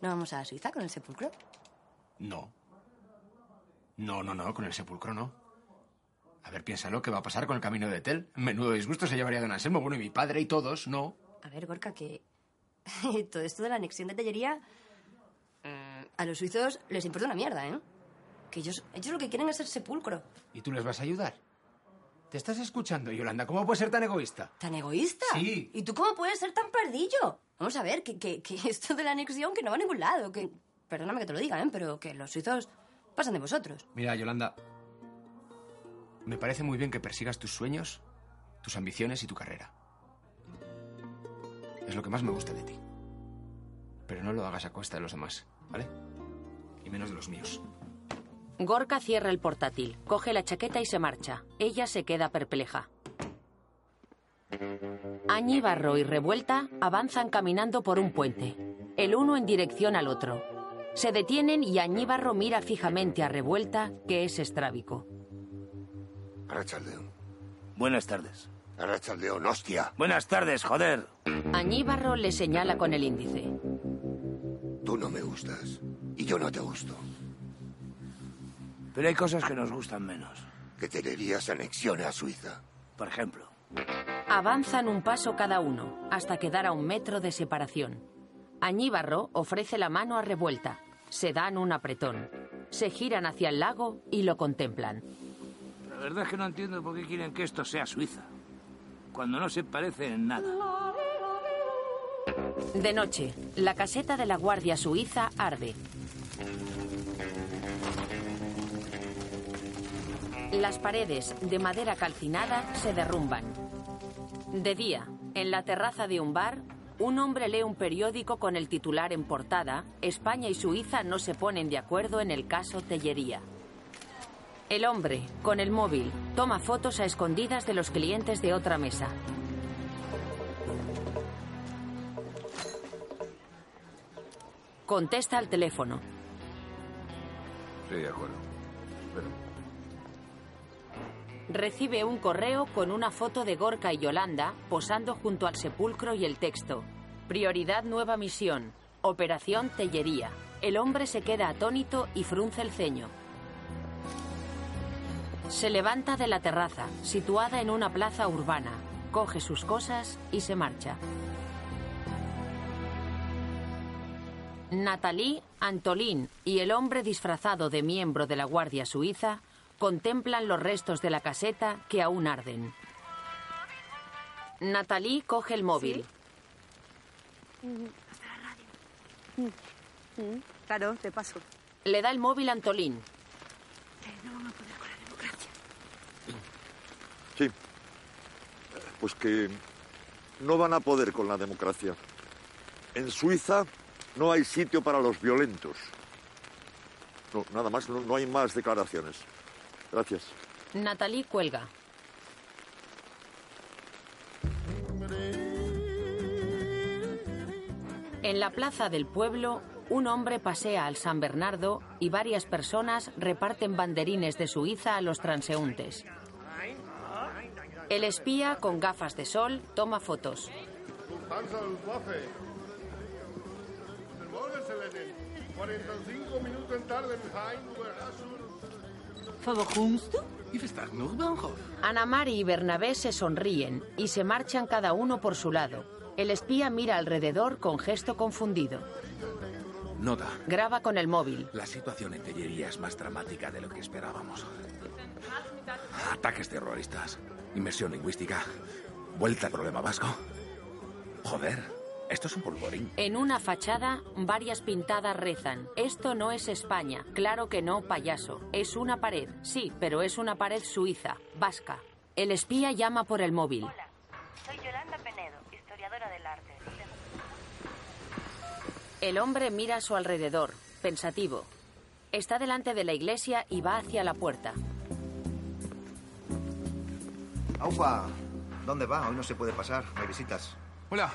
[SPEAKER 12] nos vamos a Suiza con el sepulcro.
[SPEAKER 14] No. No, no, no, con el sepulcro no. A ver, piénsalo, ¿qué va a pasar con el camino de Tel? Menudo disgusto se llevaría don Anselmo, bueno, y mi padre y todos, no.
[SPEAKER 12] A ver, Gorka, que todo esto de la anexión de Tellería mm, a los suizos les importa una mierda, ¿eh? Que ellos, ellos lo que quieren es el sepulcro.
[SPEAKER 14] ¿Y tú les vas a ayudar? ¿Te estás escuchando, Yolanda? ¿Cómo puedes ser tan egoísta?
[SPEAKER 12] ¿Tan egoísta?
[SPEAKER 14] Sí.
[SPEAKER 12] ¿Y tú cómo puedes ser tan pardillo? Vamos a ver, que, que- que esto de la anexión que no va a ningún lado, que... Perdóname que te lo diga, ¿eh? Pero que los suizos pasan de vosotros.
[SPEAKER 14] Mira, Yolanda, me parece muy bien que persigas tus sueños, tus ambiciones y tu carrera. Es lo que más me gusta de ti. Pero no lo hagas a costa de los demás, ¿vale? Y menos de los míos.
[SPEAKER 2] Gorka cierra el portátil, coge la chaqueta y se marcha. Ella se queda perpleja. Añíbarro y Revuelta avanzan caminando por un puente, el uno en dirección al otro. Se detienen y Añíbarro mira fijamente a Revuelta, que es estrábico.
[SPEAKER 22] Arrachaldeón.
[SPEAKER 7] Buenas tardes.
[SPEAKER 22] Arrachaldeón, hostia.
[SPEAKER 7] Buenas tardes, joder.
[SPEAKER 2] Añíbarro le señala con el índice.
[SPEAKER 22] Tú no me gustas. Y yo no te gusto.
[SPEAKER 7] Pero hay cosas que nos gustan menos.
[SPEAKER 22] Que Telería se anexione a Suiza.
[SPEAKER 7] Por ejemplo.
[SPEAKER 2] Avanzan un paso cada uno, hasta quedar a un metro de separación. Añíbarro ofrece la mano a Revuelta. Se dan un apretón. Se giran hacia el lago y lo contemplan.
[SPEAKER 7] La verdad es que no entiendo por qué quieren que esto sea Suiza. Cuando no se parece en nada.
[SPEAKER 2] De noche, la caseta de la Guardia Suiza arde. Las paredes, de madera calcinada, se derrumban. De día, en la terraza de un bar, un hombre lee un periódico con el titular en portada, España y Suiza no se ponen de acuerdo en el caso Tellería. El hombre, con el móvil, toma fotos a escondidas de los clientes de otra mesa. Contesta al teléfono.
[SPEAKER 25] Sí, de acuerdo. Pero
[SPEAKER 2] Recibe un correo con una foto de Gorka y Yolanda posando junto al sepulcro y el texto. Prioridad nueva misión. Operación Tellería. El hombre se queda atónito y frunce el ceño. Se levanta de la terraza, situada en una plaza urbana, coge sus cosas y se marcha. Natalie, Antolín y el hombre disfrazado de miembro de la Guardia Suiza contemplan los restos de la caseta que aún arden. Natalie coge el móvil.
[SPEAKER 35] Mm. Claro, te paso.
[SPEAKER 2] Le da el móvil a Antolín.
[SPEAKER 5] Sí. Pues que no van a poder con la democracia. En Suiza no hay sitio para los violentos. No, nada más, no, no hay más declaraciones. Gracias.
[SPEAKER 2] Natalie cuelga. En la plaza del pueblo, un hombre pasea al San Bernardo y varias personas reparten banderines de Suiza a los transeúntes. El espía, con gafas de sol, toma fotos. Ana Mari y Bernabé se sonríen y se marchan cada uno por su lado. El espía mira alrededor con gesto confundido.
[SPEAKER 36] Nota.
[SPEAKER 2] Graba con el móvil.
[SPEAKER 36] La situación en Tellería es más dramática de lo que esperábamos. Ataques terroristas, inmersión lingüística, vuelta al problema vasco. Joder, esto es un polvorín.
[SPEAKER 2] En una fachada, varias pintadas rezan. Esto no es España. Claro que no, payaso. Es una pared. Sí, pero es una pared suiza, vasca. El espía llama por el móvil.
[SPEAKER 12] Soy Yolanda Penedo, historiadora del arte.
[SPEAKER 2] El hombre mira a su alrededor, pensativo. Está delante de la iglesia y va hacia la puerta.
[SPEAKER 17] Aupa, ¿dónde va? Hoy no se puede pasar, no hay visitas.
[SPEAKER 4] Hola,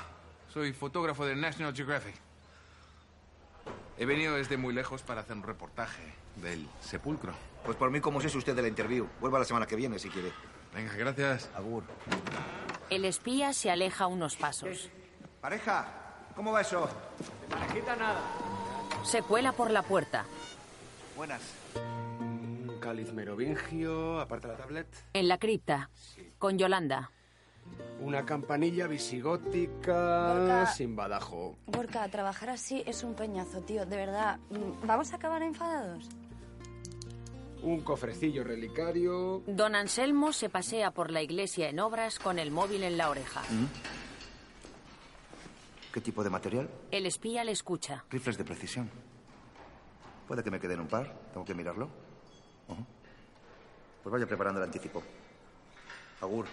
[SPEAKER 4] soy fotógrafo del National Geographic. He venido desde muy lejos para hacer un reportaje del sepulcro.
[SPEAKER 17] Pues por mí, como si es usted de la interview. Vuelva la semana que viene, si quiere.
[SPEAKER 4] Venga, gracias.
[SPEAKER 17] Agur.
[SPEAKER 2] El espía se aleja unos pasos.
[SPEAKER 17] Pareja, ¿cómo va eso?
[SPEAKER 6] Parejita nada.
[SPEAKER 2] Se cuela por la puerta.
[SPEAKER 14] Buenas. Un cáliz merovingio, aparta la tablet.
[SPEAKER 2] En la cripta. Con Yolanda.
[SPEAKER 14] Una campanilla visigótica
[SPEAKER 12] Gorka.
[SPEAKER 14] sin badajo.
[SPEAKER 12] Gorka, trabajar así es un peñazo, tío. De verdad, mm, ¿vamos a acabar enfadados?
[SPEAKER 14] Un cofrecillo relicario.
[SPEAKER 2] Don Anselmo se pasea por la iglesia en obras con el móvil en la oreja.
[SPEAKER 17] ¿Mm? ¿Qué tipo de material?
[SPEAKER 2] El espía le escucha.
[SPEAKER 17] Rifles de precisión. Puede que me queden un par. Tengo que mirarlo. Ujú. Pues vaya preparando el anticipo. Agur.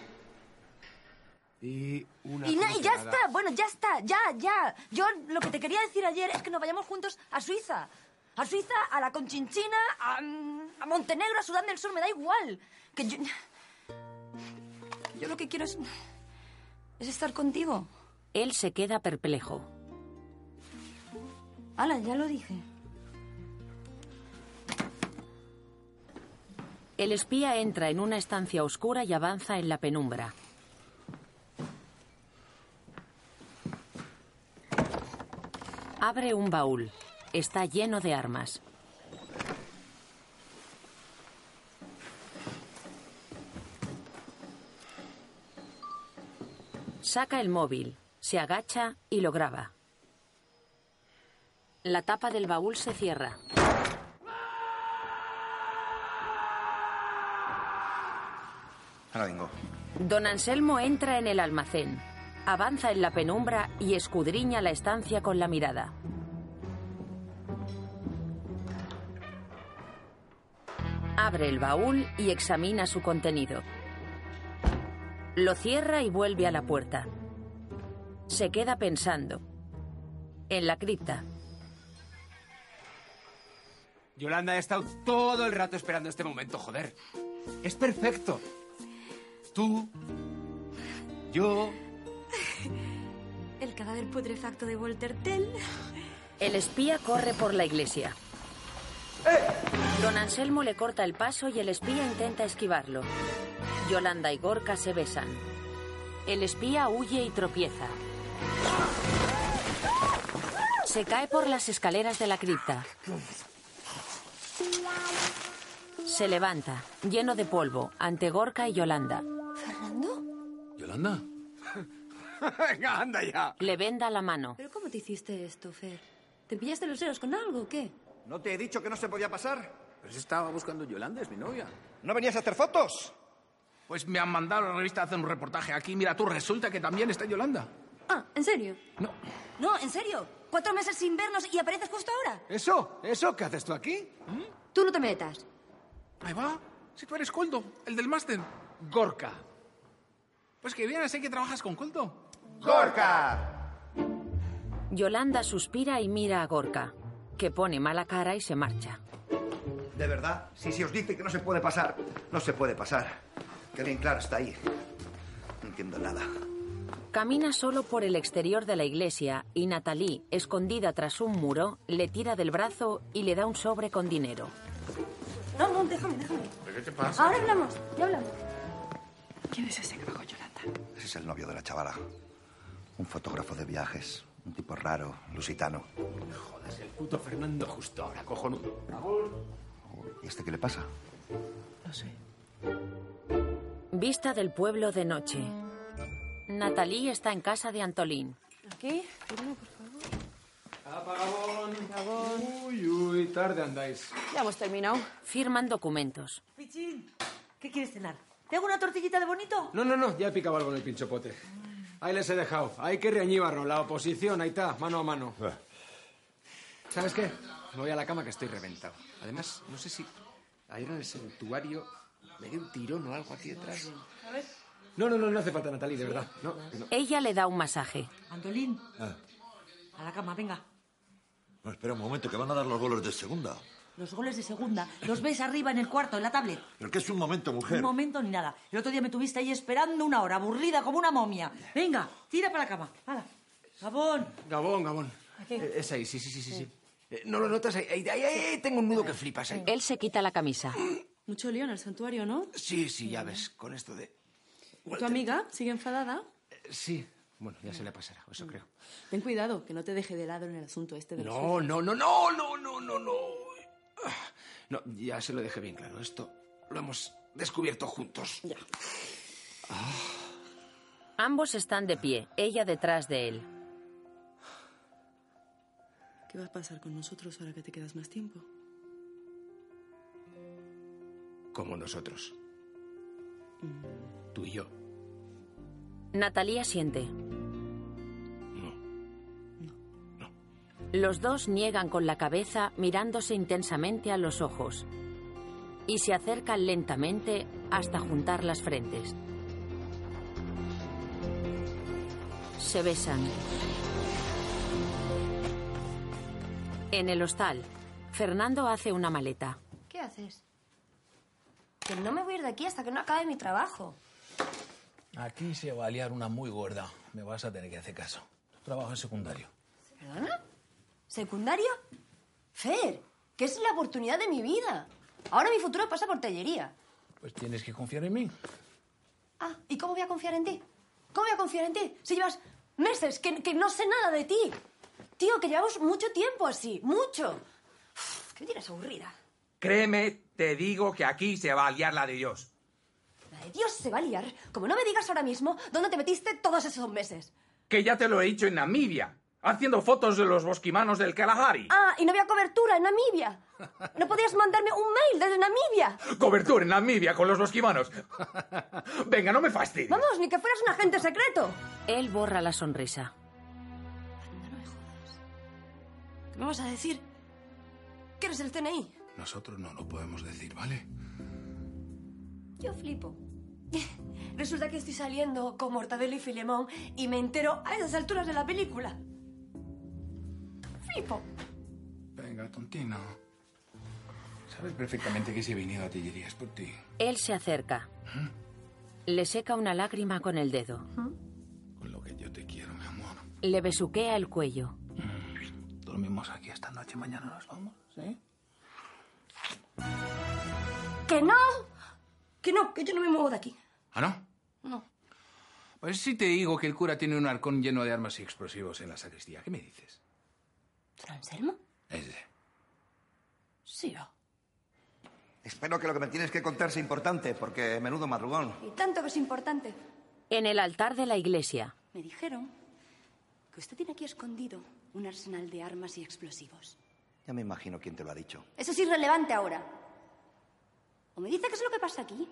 [SPEAKER 14] Y una.
[SPEAKER 12] Y, na- y ya
[SPEAKER 14] congelada.
[SPEAKER 12] está, bueno, ya está, ya, ya. Yo lo que te quería decir ayer es que nos vayamos juntos a Suiza. A Suiza, a la Conchinchina, a, mm, a Montenegro, a Sudán del Sur, me da igual. Que yo... Yo lo que quiero es... Es estar contigo.
[SPEAKER 2] Él se queda perplejo.
[SPEAKER 12] Ala, ya lo dije.
[SPEAKER 2] El espía entra en una estancia oscura y avanza en la penumbra. Abre un baúl. Está lleno de armas. Saca el móvil, se agacha y lo graba. La tapa del baúl se cierra.
[SPEAKER 17] Ahora vengo.
[SPEAKER 2] Don Anselmo entra en el almacén, avanza en la penumbra y escudriña la estancia con la mirada. Abre el baúl y examina su contenido. Lo cierra y vuelve a la puerta. Se queda pensando. En la cripta,
[SPEAKER 14] Yolanda, he estado todo el rato esperando este momento, joder. Es perfecto. Tú, yo,
[SPEAKER 12] El cadáver putrefacto de Walter Tell.
[SPEAKER 2] el espía corre por la iglesia.
[SPEAKER 14] Eh.
[SPEAKER 2] Don Anselmo le corta el paso y el espía intenta esquivarlo. Yolanda y Gorka se besan. El espía huye y tropieza. Se cae por las escaleras de la cripta. Se levanta, lleno de polvo, ante Gorka y Yolanda.
[SPEAKER 14] ¿Yolanda? Venga, anda ya.
[SPEAKER 2] Le venda la mano.
[SPEAKER 8] ¿Pero cómo te hiciste esto, Fer? ¿Te pillaste los dedos con algo o qué?
[SPEAKER 17] ¿No te he dicho que no se podía pasar?
[SPEAKER 37] Pero estaba buscando Yolanda, es mi novia.
[SPEAKER 17] ¿No venías a hacer fotos?
[SPEAKER 37] Pues me han mandado a la revista a hacer un reportaje aquí. Mira tú, resulta que también está Yolanda.
[SPEAKER 12] Ah, ¿en serio? No. No, en serio. Cuatro meses sin vernos y apareces justo ahora.
[SPEAKER 14] ¿Eso? ¿Eso? ¿Qué haces tú aquí?
[SPEAKER 12] Tú no te metas.
[SPEAKER 37] Ahí va. Si tú eres Coldo, el del máster.
[SPEAKER 14] Gorka.
[SPEAKER 37] Pues que bien, sé que trabajas con Coldo.
[SPEAKER 17] ¡Gorka!
[SPEAKER 2] Yolanda suspira y mira a Gorka, que pone mala cara y se marcha.
[SPEAKER 17] ¿De verdad? Si se os dice que no se puede pasar, no se puede pasar. Que bien claro está ahí. No entiendo nada.
[SPEAKER 2] Camina solo por el exterior de la iglesia y Natalie, escondida tras un muro, le tira del brazo y le da un sobre con dinero.
[SPEAKER 12] No, no, déjame, déjame.
[SPEAKER 14] ¿Pero qué te
[SPEAKER 12] Ahora hablamos, ya hablamos.
[SPEAKER 8] ¿Quién es ese que va con Yolanda?
[SPEAKER 17] Ese es el novio de la chavala. Un fotógrafo de viajes. Un tipo raro, lusitano.
[SPEAKER 14] Jodas, el puto Fernando justo ahora, cojonudo.
[SPEAKER 17] ¿Y este qué le pasa?
[SPEAKER 14] No sé.
[SPEAKER 2] Vista del pueblo de noche. Natalie está en casa de Antolín.
[SPEAKER 12] Aquí,
[SPEAKER 14] Apagón. Uy, uy, tarde andáis.
[SPEAKER 12] Ya hemos terminado.
[SPEAKER 2] Firman documentos.
[SPEAKER 20] Pichín, ¿qué quieres cenar? ¿Te hago una tortillita de bonito?
[SPEAKER 14] No, no, no, ya he picado algo en el pinchopote. Ahí les he dejado. Hay que reañíbarro. La oposición, ahí está, mano a mano. ¿Sabes qué? Me voy a la cama que estoy reventado. Además, no sé si ayer en el santuario me dio un tirón o algo aquí detrás.
[SPEAKER 12] A ver.
[SPEAKER 14] No, no, no, no hace falta, Natalie, de verdad. No, no.
[SPEAKER 2] Ella le da un masaje.
[SPEAKER 20] Antolín,
[SPEAKER 38] Ah,
[SPEAKER 20] a la cama, venga.
[SPEAKER 38] no, Pues espera un momento, que van a dar los goles de segunda.
[SPEAKER 20] Los goles de segunda, los ves arriba en el cuarto, en la tablet.
[SPEAKER 38] Pero que es un momento, mujer.
[SPEAKER 20] Un momento ni nada. El otro día me tuviste ahí esperando una hora, aburrida como una momia. Venga, tira para la cama. Hala. Gabón.
[SPEAKER 14] Gabón, Gabón. Eh, Es ahí, sí, sí, sí, sí. sí. Eh, ¿No lo notas? Ahí, ahí, ahí, ahí, tengo un nudo que flipas ahí.
[SPEAKER 2] Él se quita la camisa.
[SPEAKER 9] Mucho lío en el santuario, ¿no?
[SPEAKER 14] Sí, sí, ya ves, con esto de...
[SPEAKER 9] ¿Tu amiga sigue enfadada?
[SPEAKER 14] Sí, bueno, ya se le pasará, eso creo.
[SPEAKER 9] Ten cuidado, que no te deje de lado en el asunto este de los
[SPEAKER 14] No,
[SPEAKER 9] suizos.
[SPEAKER 14] no, no, no, no, no, no, no. No, ya se lo dejé bien claro. Esto lo hemos descubierto juntos.
[SPEAKER 9] Ya.
[SPEAKER 2] Ambos están de pie, ella detrás de él.
[SPEAKER 9] ¿Qué va a pasar con nosotros ahora que te quedas más tiempo?
[SPEAKER 14] Como nosotros. Tú y yo.
[SPEAKER 2] Natalia siente. Los dos niegan con la cabeza mirándose intensamente a los ojos y se acercan lentamente hasta juntar las frentes. Se besan. En el hostal, Fernando hace una maleta.
[SPEAKER 12] ¿Qué haces? Que no me voy a ir de aquí hasta que no acabe mi trabajo.
[SPEAKER 5] Aquí se va a liar una muy gorda. Me vas a tener que hacer caso. Trabajo en secundario.
[SPEAKER 12] ¿Perdona? ¿Secundario? Fer, que es la oportunidad de mi vida. Ahora mi futuro pasa por tellería.
[SPEAKER 5] Pues tienes que confiar en mí.
[SPEAKER 12] Ah, ¿y cómo voy a confiar en ti? ¿Cómo voy a confiar en ti? Si llevas meses que, que no sé nada de ti. Tío, que llevamos mucho tiempo así, mucho. Uf, ¿Qué tienes aburrida?
[SPEAKER 10] Créeme, te digo que aquí se va a liar la de Dios.
[SPEAKER 12] La de Dios se va a liar. Como no me digas ahora mismo dónde te metiste todos esos meses.
[SPEAKER 10] Que ya te lo he dicho en Namibia, haciendo fotos de los bosquimanos del Kalahari.
[SPEAKER 12] Ah, y no había cobertura en Namibia. ¿No podías mandarme un mail desde Namibia?
[SPEAKER 10] Cobertura en Namibia con los bosquimanos. Venga, no me fastidies.
[SPEAKER 12] Vamos, ni que fueras un agente secreto.
[SPEAKER 2] Él borra la sonrisa.
[SPEAKER 12] ¿Me vas a decir? ¿Que eres el CNI?
[SPEAKER 5] Nosotros no lo podemos decir, ¿vale?
[SPEAKER 12] Yo flipo. Resulta que estoy saliendo con Mortadelo y Filemón y me entero a esas alturas de la película. Flipo.
[SPEAKER 5] Venga, tontino. Sabes perfectamente que si he venido a Tillería es por ti.
[SPEAKER 2] Él se acerca.
[SPEAKER 12] ¿Eh?
[SPEAKER 2] Le seca una lágrima con el dedo.
[SPEAKER 5] Con lo que yo te quiero, mi amor.
[SPEAKER 2] Le besuquea el cuello.
[SPEAKER 5] Dormimos aquí esta noche, mañana nos vamos, ¿sí?
[SPEAKER 12] ¿Que no? Que no, que yo no me muevo de aquí.
[SPEAKER 5] ¿Ah, no?
[SPEAKER 12] No.
[SPEAKER 5] Pues sí te digo que el cura tiene un arcón lleno de armas y explosivos en la sacristía. ¿Qué me dices?
[SPEAKER 12] ¿Don Anselmo?
[SPEAKER 5] Ese.
[SPEAKER 12] Sí, oh.
[SPEAKER 17] Espero que lo que me tienes que contar sea importante, porque menudo marrugón.
[SPEAKER 12] Y tanto que es importante.
[SPEAKER 2] En el altar de la iglesia,
[SPEAKER 24] Me dijeron que usted tiene aquí escondido un arsenal de armas y explosivos.
[SPEAKER 17] Ya me imagino quién te lo ha dicho.
[SPEAKER 12] Eso es irrelevante ahora. ¿O me dice qué es lo que pasa aquí?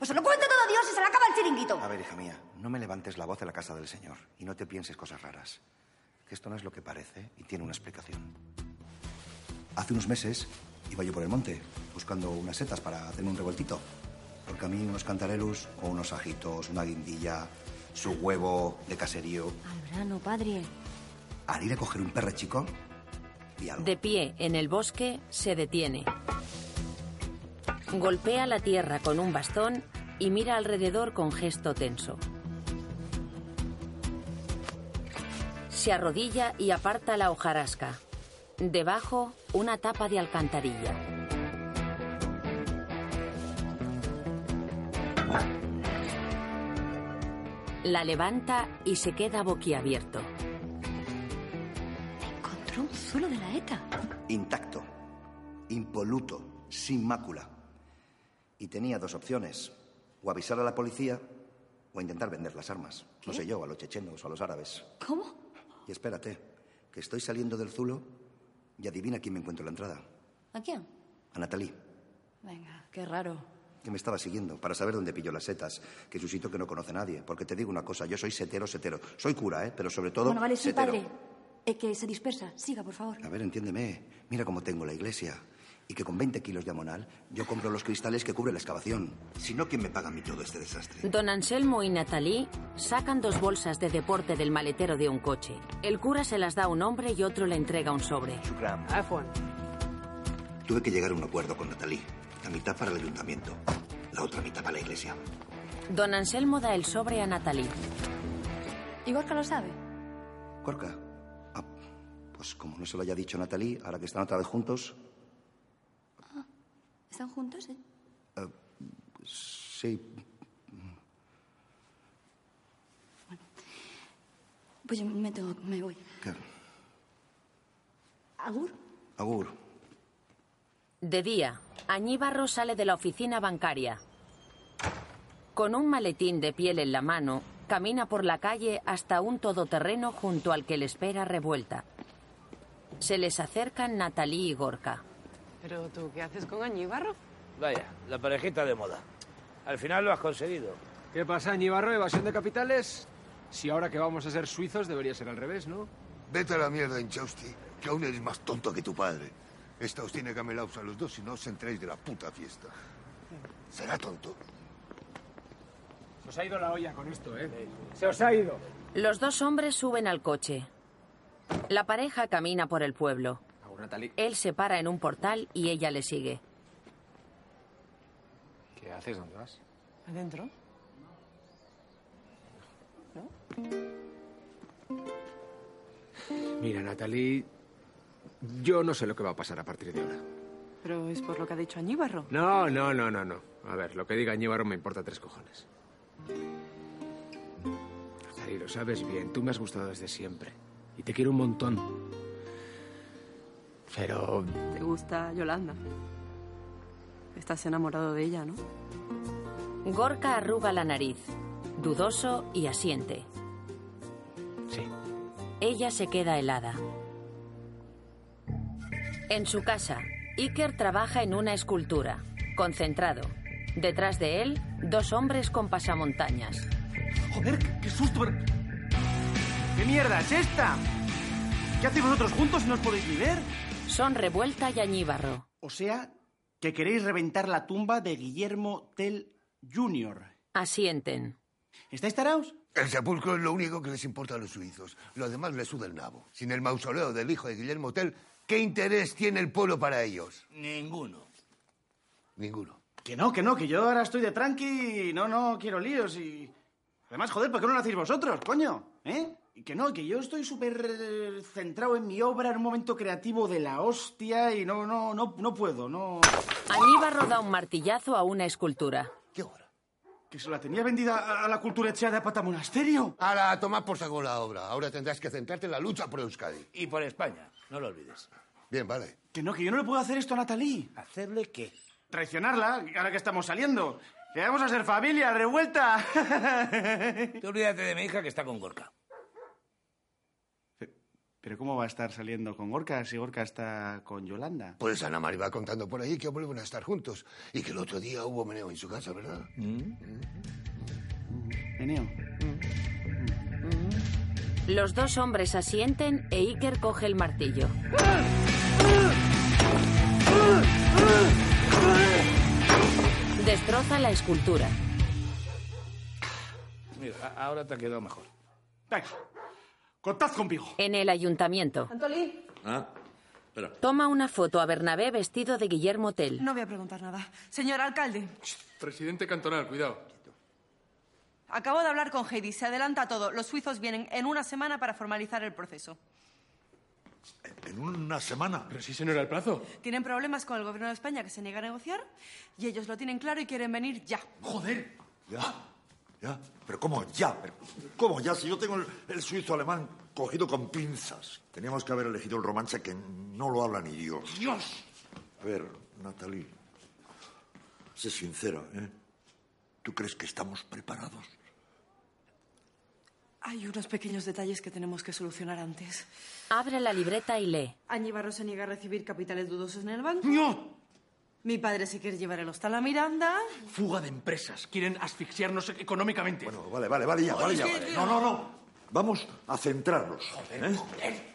[SPEAKER 12] ¿O se lo cuento todo a Dios y se le acaba el chiringuito?
[SPEAKER 17] A ver, hija mía, no me levantes la voz en la casa del Señor y no te pienses cosas raras. Que esto no es lo que parece y tiene una explicación. Hace unos meses iba yo por el monte buscando unas setas para hacerme un revoltito. Porque a mí unos cantarelus o unos ajitos, una guindilla, su huevo de caserío.
[SPEAKER 12] Verano, padre.
[SPEAKER 17] Al ir a coger un perre chico,
[SPEAKER 2] de pie en el bosque, se detiene. Golpea la tierra con un bastón y mira alrededor con gesto tenso. Se arrodilla y aparta la hojarasca. Debajo, una tapa de alcantarilla. La levanta y se queda boquiabierto.
[SPEAKER 24] Encontró un zulo de la ETA.
[SPEAKER 17] intacto, impoluto, sin mácula. Y tenía dos opciones, o avisar a la policía o intentar vender las armas. No sé yo, a los chechenos o a los árabes.
[SPEAKER 24] ¿Cómo?
[SPEAKER 17] Y espérate, que estoy saliendo del Zulo y adivina quién me encuentro en la entrada.
[SPEAKER 24] ¿A quién?
[SPEAKER 17] A Natalí,
[SPEAKER 24] Venga, qué raro.
[SPEAKER 17] que me estaba siguiendo para saber dónde pilló las setas, que es un sitio que no conoce nadie. Porque te digo una cosa, yo soy setero, setero. Soy cura, ¿eh? Pero sobre todo...
[SPEAKER 24] bueno, vale, sí,
[SPEAKER 17] setero.
[SPEAKER 24] padre. Eh, que se dispersa. Siga, por favor.
[SPEAKER 17] A ver, entiéndeme. Mira cómo tengo la iglesia. y que con 20 kilos de amonal yo compro los cristales que cubre la excavación. Si no, ¿quién me paga a mí todo este desastre?
[SPEAKER 2] Don Anselmo y Natalí sacan dos bolsas de deporte del maletero de un coche. El cura se las da a un hombre y otro le entrega un sobre.
[SPEAKER 17] Shukram.
[SPEAKER 2] Afwan.
[SPEAKER 17] Tuve que llegar a un acuerdo con Natalí. La mitad para el ayuntamiento, la otra mitad para la iglesia.
[SPEAKER 2] Don Anselmo da el sobre a Natalí.
[SPEAKER 8] ¿Y Gorka lo sabe?
[SPEAKER 17] Corca. Ah, pues como no se lo haya dicho Natalí, ahora que están otra vez juntos,
[SPEAKER 24] Ah,
[SPEAKER 8] ¿Están juntos? eh?
[SPEAKER 17] sí.
[SPEAKER 24] Pues yo me tengo, me voy.
[SPEAKER 17] ¿Qué?
[SPEAKER 24] ¿Agur?
[SPEAKER 17] Agur.
[SPEAKER 2] De día, Añíbarro sale de la oficina bancaria. Con un maletín de piel en la mano, camina por la calle hasta un todoterreno junto al que le espera revuelta. Se les acercan Natalí y Gorka.
[SPEAKER 9] Pero tú, ¿qué haces con Añíbarro?
[SPEAKER 7] Vaya, la parejita de moda. Al final lo has conseguido.
[SPEAKER 14] ¿Qué pasa, Añibarro? ¿Evasión de capitales? Si ahora que vamos a ser suizos debería ser al revés, ¿no?
[SPEAKER 22] Vete a la mierda, Inchausti, que aún eres más tonto que tu padre. Esta os tiene gamelaos a los dos y no os entréis de la puta fiesta. Será tonto.
[SPEAKER 14] Os ha ido la olla con esto, ¿eh? Se os ha ido.
[SPEAKER 2] Los dos hombres suben al coche. La pareja camina por el pueblo.
[SPEAKER 14] Agur, Natalí.
[SPEAKER 2] Él se para en un portal y ella le sigue.
[SPEAKER 14] ¿Qué haces? ¿Dónde vas?
[SPEAKER 9] ¿Adentro?
[SPEAKER 14] Mira, Natalie, yo no sé lo que va a pasar a partir de ahora.
[SPEAKER 9] Pero es por lo que ha dicho Añíbarro.
[SPEAKER 14] No, no, no, no, no. A ver, lo que diga Ñíbaro me importa tres cojones. Natalie, lo sabes bien. Tú me has gustado desde siempre. Y te quiero un montón. Pero...
[SPEAKER 9] Te gusta Yolanda. Estás enamorado de ella, ¿no?
[SPEAKER 2] Gorka arruga la nariz, dudoso y asiente.
[SPEAKER 14] Sí.
[SPEAKER 2] Ella se queda helada. En su casa, Iker trabaja en una escultura, concentrado. Detrás de él, dos hombres con pasamontañas.
[SPEAKER 14] Joder, qué susto. ¿Qué mierda es esta? ¿Qué hacéis vosotros juntos y no os podéis ni ver?
[SPEAKER 2] Son Revuelta y Añíbarro.
[SPEAKER 3] O sea, que queréis reventar la tumba de Guillermo Tell Jr.
[SPEAKER 2] Asienten.
[SPEAKER 3] ¿Estáis taraos?
[SPEAKER 22] El sepulcro es lo único que les importa a los suizos. Lo demás les suda el nabo. Sin el mausoleo del hijo de Guillermo Tell, ¿qué interés tiene el pueblo para ellos?
[SPEAKER 3] Ninguno.
[SPEAKER 22] Ninguno.
[SPEAKER 3] Que no, que no, que yo ahora estoy de tranqui y no, no quiero líos y... Además, joder, ¿por qué no lo hacéis vosotros, coño? ¿Eh? Y que no, que yo estoy súper eh, centrado en mi obra, en un momento creativo de la hostia y no, no, no, no puedo, no...
[SPEAKER 2] Añíbarro da un martillazo a una escultura.
[SPEAKER 3] Que se la tenía vendida a- a la cultura echada de Patamonasterio.
[SPEAKER 22] Ahora, toma por saco la obra. Ahora tendrás que centrarte en la lucha por Euskadi.
[SPEAKER 7] Y por España, no lo olvides.
[SPEAKER 22] Bien, vale.
[SPEAKER 3] Que no, que yo no le puedo hacer esto a Natalí.
[SPEAKER 7] ¿Hacerle qué?
[SPEAKER 3] Traicionarla, ahora que estamos saliendo. Que vamos a ser familia, revuelta.
[SPEAKER 7] Tú olvídate de mi hija que está con Gorka.
[SPEAKER 3] Pero ¿cómo va a estar saliendo con Gorka si Gorka está con Yolanda?
[SPEAKER 22] Pues Ana María va contando por ahí que vuelven a estar juntos y que el otro día hubo meneo en su casa, ¿verdad?
[SPEAKER 3] Meneo.
[SPEAKER 2] Los dos hombres asienten e Iker coge el martillo. Destroza la escultura.
[SPEAKER 7] Mira, a- ahora te ha quedado mejor.
[SPEAKER 3] Contad conmigo.
[SPEAKER 2] En el ayuntamiento.
[SPEAKER 9] Antolí.
[SPEAKER 25] Ah, espera.
[SPEAKER 2] Toma una foto a Bernabé vestido de Guillermo Tell.
[SPEAKER 9] No voy a preguntar nada. Señor alcalde,
[SPEAKER 11] Presidente cantonal, cuidado.
[SPEAKER 9] acabo de hablar con Heidi. Se adelanta todo. Los suizos vienen en una semana para formalizar el proceso.
[SPEAKER 11] ¿En una semana? Pero si ese no era el plazo.
[SPEAKER 9] Tienen problemas con el gobierno de España que se niega a negociar y ellos lo tienen claro y quieren venir ya.
[SPEAKER 11] ¡Joder!
[SPEAKER 25] Ya, ya. Pero ¿cómo ya? Pero, ¿Cómo ya? Si yo tengo el, el suizo alemán cogido con pinzas. Teníamos que haber elegido el romance que no lo habla ni Dios.
[SPEAKER 11] ¡Dios!
[SPEAKER 25] A ver, Natalie, sé sincera, ¿eh? ¿Tú crees que estamos preparados?
[SPEAKER 9] Hay unos pequeños detalles que tenemos que solucionar antes.
[SPEAKER 2] Abre la libreta y lee.
[SPEAKER 9] Añíbarro se niega a recibir capitales dudosos en el banco. ¡No! Mi padre se quiere llevar el hostal a Miranda.
[SPEAKER 11] Fuga de empresas. Quieren asfixiarnos económicamente. Bueno,
[SPEAKER 25] Vale, vale, vale, ya, vale, ya,
[SPEAKER 11] Oye,
[SPEAKER 25] vale.
[SPEAKER 11] tío.
[SPEAKER 25] No, no, no. Vamos a centrarnos. ¿eh? Eh,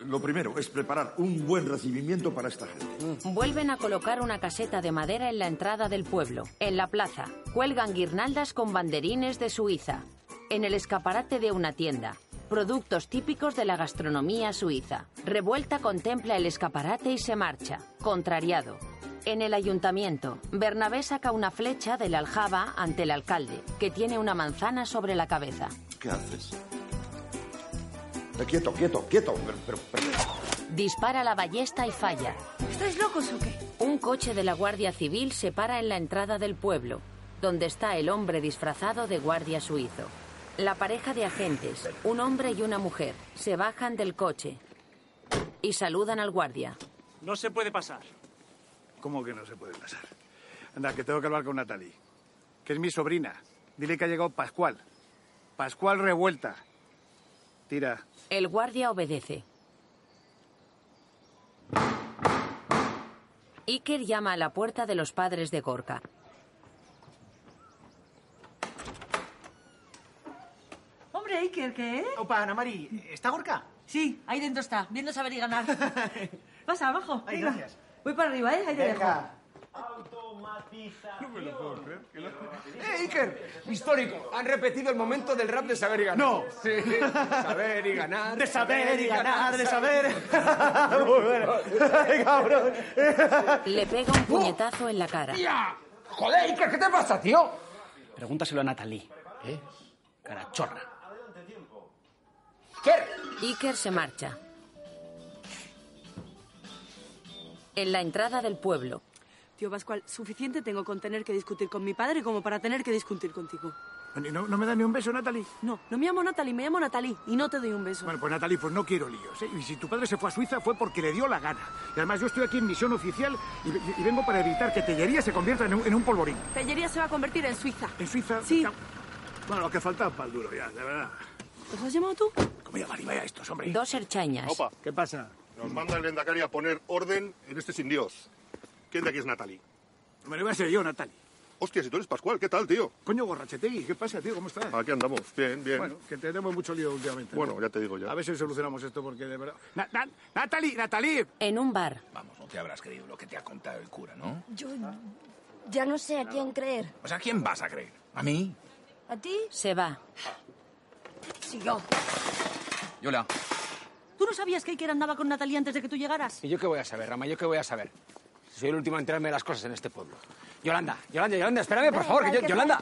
[SPEAKER 25] Lo primero es preparar un buen recibimiento para esta gente.
[SPEAKER 2] Mm. Vuelven a colocar una caseta de madera en la entrada del pueblo. En la plaza, cuelgan guirnaldas con banderines de Suiza. En el escaparate de una tienda, productos típicos de la gastronomía suiza. Revuelta contempla el escaparate y se marcha, contrariado. En el ayuntamiento, Bernabé saca una flecha del aljaba ante el alcalde, que tiene una manzana sobre la cabeza.
[SPEAKER 25] ¿Qué haces? Eh, Quieto, quieto, quieto. Pero- pero- pero-
[SPEAKER 2] Dispara la ballesta y falla.
[SPEAKER 9] ¿Estáis locos o qué?
[SPEAKER 2] Un coche de la Guardia Civil se para en la entrada del pueblo, donde está el hombre disfrazado de guardia suizo. La pareja de agentes, un hombre y una mujer, se bajan del coche y saludan al guardia.
[SPEAKER 39] No se puede pasar. ¿Cómo que no se puede pasar? Anda, que tengo que hablar con Natalie, que es mi sobrina. Dile que ha llegado Pascual. Pascual revuelta. Tira.
[SPEAKER 2] El guardia obedece. Iker llama a la puerta de los padres de Gorka.
[SPEAKER 20] Hombre, Iker, ¿qué?
[SPEAKER 3] Opa, Ana Mari, ¿está Gorka?
[SPEAKER 20] Sí, ahí dentro está, viendo saber y ganar. Pasa, abajo.
[SPEAKER 3] Ay,
[SPEAKER 20] venga.
[SPEAKER 3] gracias.
[SPEAKER 20] Voy para arriba, ¿eh? Ahí te dejo.
[SPEAKER 3] Venga.
[SPEAKER 14] No me lo puedo creer. ¡Eh, Iker! Histórico. Han repetido el momento del rap de saber y ganar.
[SPEAKER 3] No.
[SPEAKER 14] Sí. Saber y ganar.
[SPEAKER 3] De saber y ganar, de saber.
[SPEAKER 14] cabrón.
[SPEAKER 2] Le pega un puñetazo en la cara.
[SPEAKER 14] Joder, Iker, ¿qué te pasa, tío?
[SPEAKER 40] Pregúntaselo a Natalie. ¿Eh? Carachorra.
[SPEAKER 2] Iker se marcha. En la entrada del pueblo,
[SPEAKER 9] Tío Pascual, suficiente tengo con tener que discutir con mi padre como para tener que discutir contigo.
[SPEAKER 39] ¿No, no me da ni un beso, Natalie?
[SPEAKER 9] No, no me llamo Natalie, me llamo Natalie y no te doy un beso.
[SPEAKER 39] Bueno, pues Natalie, pues no quiero líos. ¿eh? Y si tu padre se fue a Suiza fue porque le dio la gana. Y además yo estoy aquí en misión oficial y, y vengo para evitar que Tellería se convierta en un, en un polvorín.
[SPEAKER 9] Tellería se va a convertir en Suiza.
[SPEAKER 39] pues- ¿En Suiza? Sí. Bueno, lo que faltaba para el duro ya, de verdad.
[SPEAKER 9] ¿Los has llamado tú?
[SPEAKER 39] ¿Cómo llamaría a estos, hombre?
[SPEAKER 2] dos herchañas.
[SPEAKER 21] Opa,
[SPEAKER 39] ¿Qué pasa?
[SPEAKER 21] nos manda el Lendakari a poner orden en este sin Dios. ¿Quién de aquí es Natalie?
[SPEAKER 39] Me lo iba a ser yo, Natalie.
[SPEAKER 21] Hostia, si tú eres Pascual, ¿qué tal, tío?
[SPEAKER 39] Coño, Gorrachetegui, ¿qué pasa, tío? ¿Cómo estás?
[SPEAKER 21] Aquí andamos, bien, bien.
[SPEAKER 39] Bueno,
[SPEAKER 21] Bueno,
[SPEAKER 39] que tenemos mucho lío últimamente. ¿no?
[SPEAKER 21] ya te digo ya.
[SPEAKER 39] A ver si solucionamos esto porque de verdad. Na- na- Natalie, Natalie.
[SPEAKER 2] En un bar.
[SPEAKER 36] Vamos, no te habrás creído lo que te ha contado el cura, ¿no?
[SPEAKER 12] Yo ya no sé a quién creer.
[SPEAKER 36] Pues a quién vas a creer? ¿A mí?
[SPEAKER 12] ¿A ti?
[SPEAKER 2] Se va.
[SPEAKER 12] Sí, yo.
[SPEAKER 36] Yola.
[SPEAKER 20] ¿Tú no sabías que Iker andaba con Natalia antes de que tú llegaras?
[SPEAKER 14] ¿Y yo qué voy a saber, Rama? ¿Yo qué voy a saber? Soy el último a enterarme de las cosas en este pueblo. Yolanda, Yolanda, Yolanda, espérame, por favor. Que yo- Yolanda.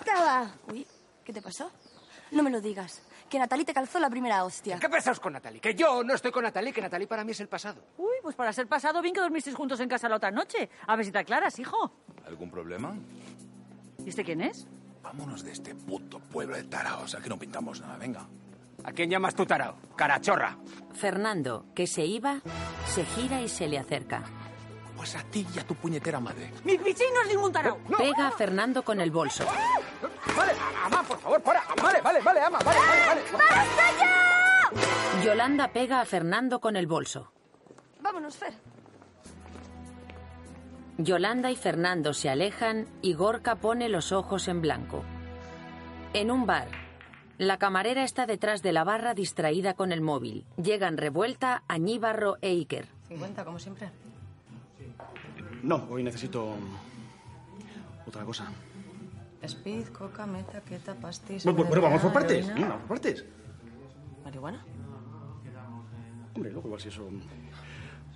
[SPEAKER 12] Uy, ¿qué te pasó? No me lo digas. Que Natalie te calzó la primera hostia.
[SPEAKER 14] ¿Qué pensáis con Natalie? Que yo no estoy con Natalie, que Natalie para mí es el pasado.
[SPEAKER 20] Uy, pues para ser pasado, bien que dormisteis juntos en casa la otra noche. A ver si te aclaras, hijo.
[SPEAKER 36] ¿Algún problema?
[SPEAKER 20] ¿Y este quién es?
[SPEAKER 36] Vámonos de este puto pueblo de taraos. Aquí no pintamos nada, venga.
[SPEAKER 14] ¿A quién llamas tú tarao? Carachorra.
[SPEAKER 2] Fernando, que se iba, se gira y se le acerca.
[SPEAKER 36] Pues a ti y a tu puñetera madre.
[SPEAKER 20] Mi pichín no es ningún tarao.
[SPEAKER 2] Pega a Fernando con el bolso.
[SPEAKER 14] Vale, ama, por favor, para. Vale, vale, vale, ama, vale, vale, vale.
[SPEAKER 12] ¡Ah!
[SPEAKER 2] Yolanda pega a Fernando con el bolso.
[SPEAKER 12] Vámonos, Fer.
[SPEAKER 2] Yolanda y Fernando se alejan y Gorka pone los ojos en blanco. En un bar, la camarera está detrás de la barra distraída con el móvil. Llegan revuelta Añíbarro e Iker.
[SPEAKER 9] 50, como siempre.
[SPEAKER 3] No, hoy necesito mm, otra cosa.
[SPEAKER 9] Speed, coca, meta, queta, pastis.
[SPEAKER 3] Bueno, bueno, vamos por partes. Mm, Vamos por partes.
[SPEAKER 9] ¿Marihuana?
[SPEAKER 3] Hombre, luego igual si eso... mm,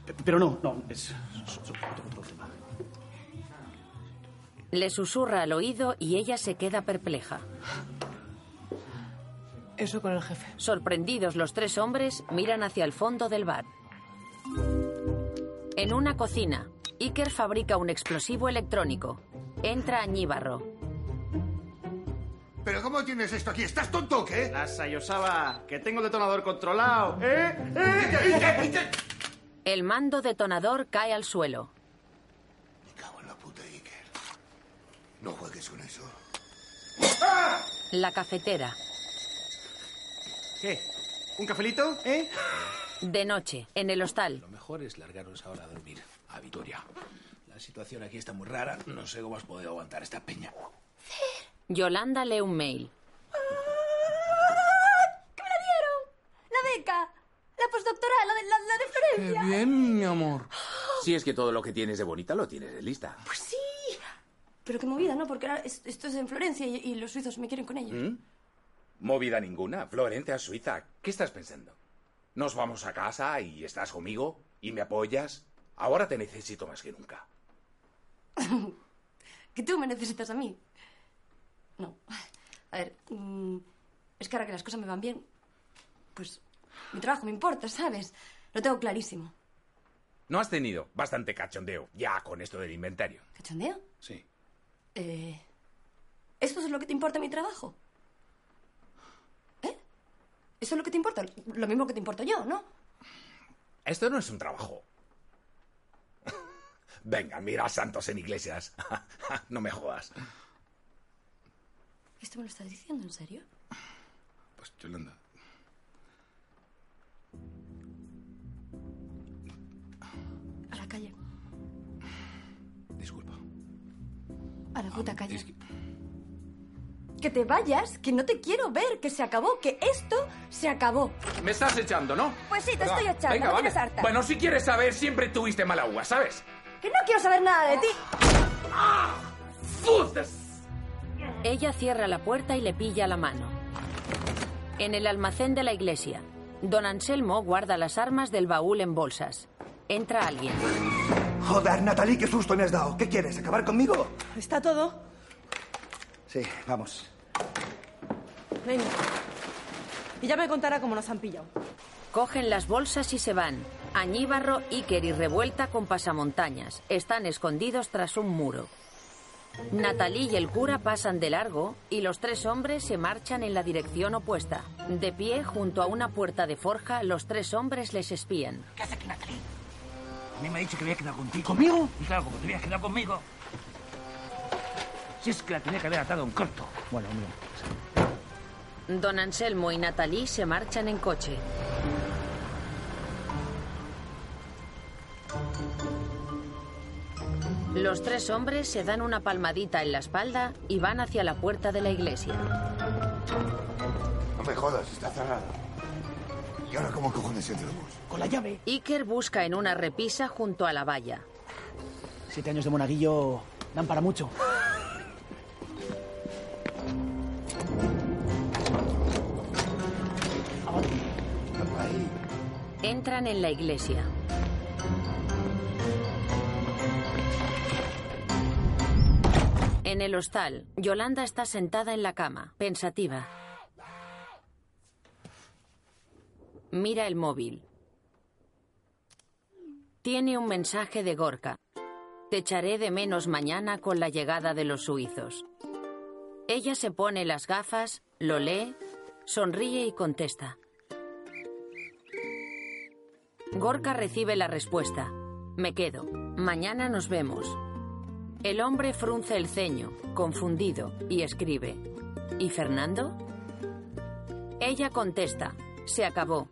[SPEAKER 3] Pe- Pero no, no, es... es otro- otro tema.
[SPEAKER 2] Le susurra al oído y ella se queda perpleja.
[SPEAKER 9] Eso con el jefe.
[SPEAKER 2] Sorprendidos los tres hombres, miran hacia el fondo del bar. En una cocina, Iker fabrica un explosivo electrónico. Entra Añíbarro.
[SPEAKER 22] ¿Pero cómo tienes esto aquí? ¿Estás tonto o qué?
[SPEAKER 3] Asa, Yosaba, que tengo el detonador controlado. ¿Eh?
[SPEAKER 2] El mando detonador cae al suelo.
[SPEAKER 22] No juegues con eso.
[SPEAKER 2] La cafetera.
[SPEAKER 3] ¿Qué? ¿Un cafelito? ¿Eh?
[SPEAKER 2] De noche, en el hostal.
[SPEAKER 36] Lo mejor es largaros ahora a dormir, a Vitoria. La situación aquí está muy rara. No sé cómo has podido aguantar esta peña.
[SPEAKER 2] Yolanda lee un mail.
[SPEAKER 12] ¡Ah! ¡Que me la dieron! ¡La beca! La postdoctoral doctora, la, de, la, la
[SPEAKER 9] Em.
[SPEAKER 12] diferencia.
[SPEAKER 36] bien, mi amor. Si es que todo lo que tienes de bonita lo tienes de lista.
[SPEAKER 12] Pues sí. Pero qué movida, ¿no? Porque ahora es- esto es en Florencia y, y los suizos me quieren con ellos.
[SPEAKER 36] ¿Mm? Movida ninguna. Florencia, Suiza. ¿Qué estás pensando? Nos vamos a casa y estás conmigo y me apoyas. Ahora te necesito más que nunca.
[SPEAKER 12] Que tú me necesitas a mí. No. A ver, mm, es que ahora que las cosas me van bien, pues mi trabajo me importa, ¿sabes? Lo tengo clarísimo.
[SPEAKER 36] No has tenido bastante cachondeo ya con esto del inventario.
[SPEAKER 12] ¿Cachondeo?
[SPEAKER 36] Sí.
[SPEAKER 12] Eh, ¿Esto es lo que te importa mi trabajo? ¿Eh? ¿Eso es lo que te importa? Lo mismo que te importo yo, ¿no?
[SPEAKER 36] Esto no es un trabajo. Venga, mira a santos en iglesias. no me jodas.
[SPEAKER 12] ¿Esto me lo estás diciendo en serio?
[SPEAKER 5] Pues Yolanda.
[SPEAKER 12] A la calle.
[SPEAKER 5] Disculpa.
[SPEAKER 12] A la puta calle.
[SPEAKER 5] Ah, Es que-
[SPEAKER 12] Que te vayas, que no te quiero ver, que se acabó, que esto se acabó.
[SPEAKER 36] Me estás echando, ¿no?
[SPEAKER 12] Pues sí, te
[SPEAKER 36] Ah,
[SPEAKER 12] estoy echando,
[SPEAKER 36] venga,
[SPEAKER 12] no
[SPEAKER 36] vale.
[SPEAKER 12] tienes harta.
[SPEAKER 36] Bueno, si quieres saber, siempre tuviste mala uva, ¿sabes? ¡Ah!
[SPEAKER 12] Que no quiero saber nada de ti.
[SPEAKER 2] Ella cierra la puerta y le pilla la mano. En el almacén de la iglesia, don Anselmo guarda las armas del baúl en bolsas. Entra alguien.
[SPEAKER 17] Joder, Natalie, qué susto me has dado. ¿Qué quieres? ¿Acabar conmigo?
[SPEAKER 9] Está todo.
[SPEAKER 17] Sí, vamos.
[SPEAKER 9] Venga. Y ya me contará cómo nos han pillado.
[SPEAKER 2] Cogen las bolsas y se van. Añíbarro, Iker y Revuelta con pasamontañas. Están escondidos tras un muro. Natalí y el cura pasan de largo y los tres hombres se marchan en la dirección opuesta. De pie, junto a una puerta de forja, los tres hombres les espían.
[SPEAKER 6] ¿Qué hace aquí, Natalie? A mí me ha dicho que había quedado contigo. ¿Conmigo? Y claro, como te habías quedado conmigo. Si es que la tenía que haber atado en corto. Bueno, mira.
[SPEAKER 2] Don Anselmo y Natalí se marchan en coche. Los tres hombres se dan una palmadita en la espalda y van hacia la puerta de la iglesia.
[SPEAKER 22] No me jodas, está cerrado. ¿Y ahora cómo cojones entramos?
[SPEAKER 6] Con la llave.
[SPEAKER 2] Iker busca en una repisa junto a la valla.
[SPEAKER 6] Siete años de monaguillo dan para mucho.
[SPEAKER 2] Entran en la iglesia. En el hostal, Yolanda está sentada en la cama, pensativa. Mira el móvil. Tiene un mensaje de Gorka. Te echaré de menos mañana con la llegada de los suizos. Ella se pone las gafas, lo lee, sonríe y contesta. Gorka recibe la respuesta. Me quedo. Mañana nos vemos. El hombre frunce el ceño, confundido, y escribe. ¿Y Fernando? Ella contesta. Se acabó.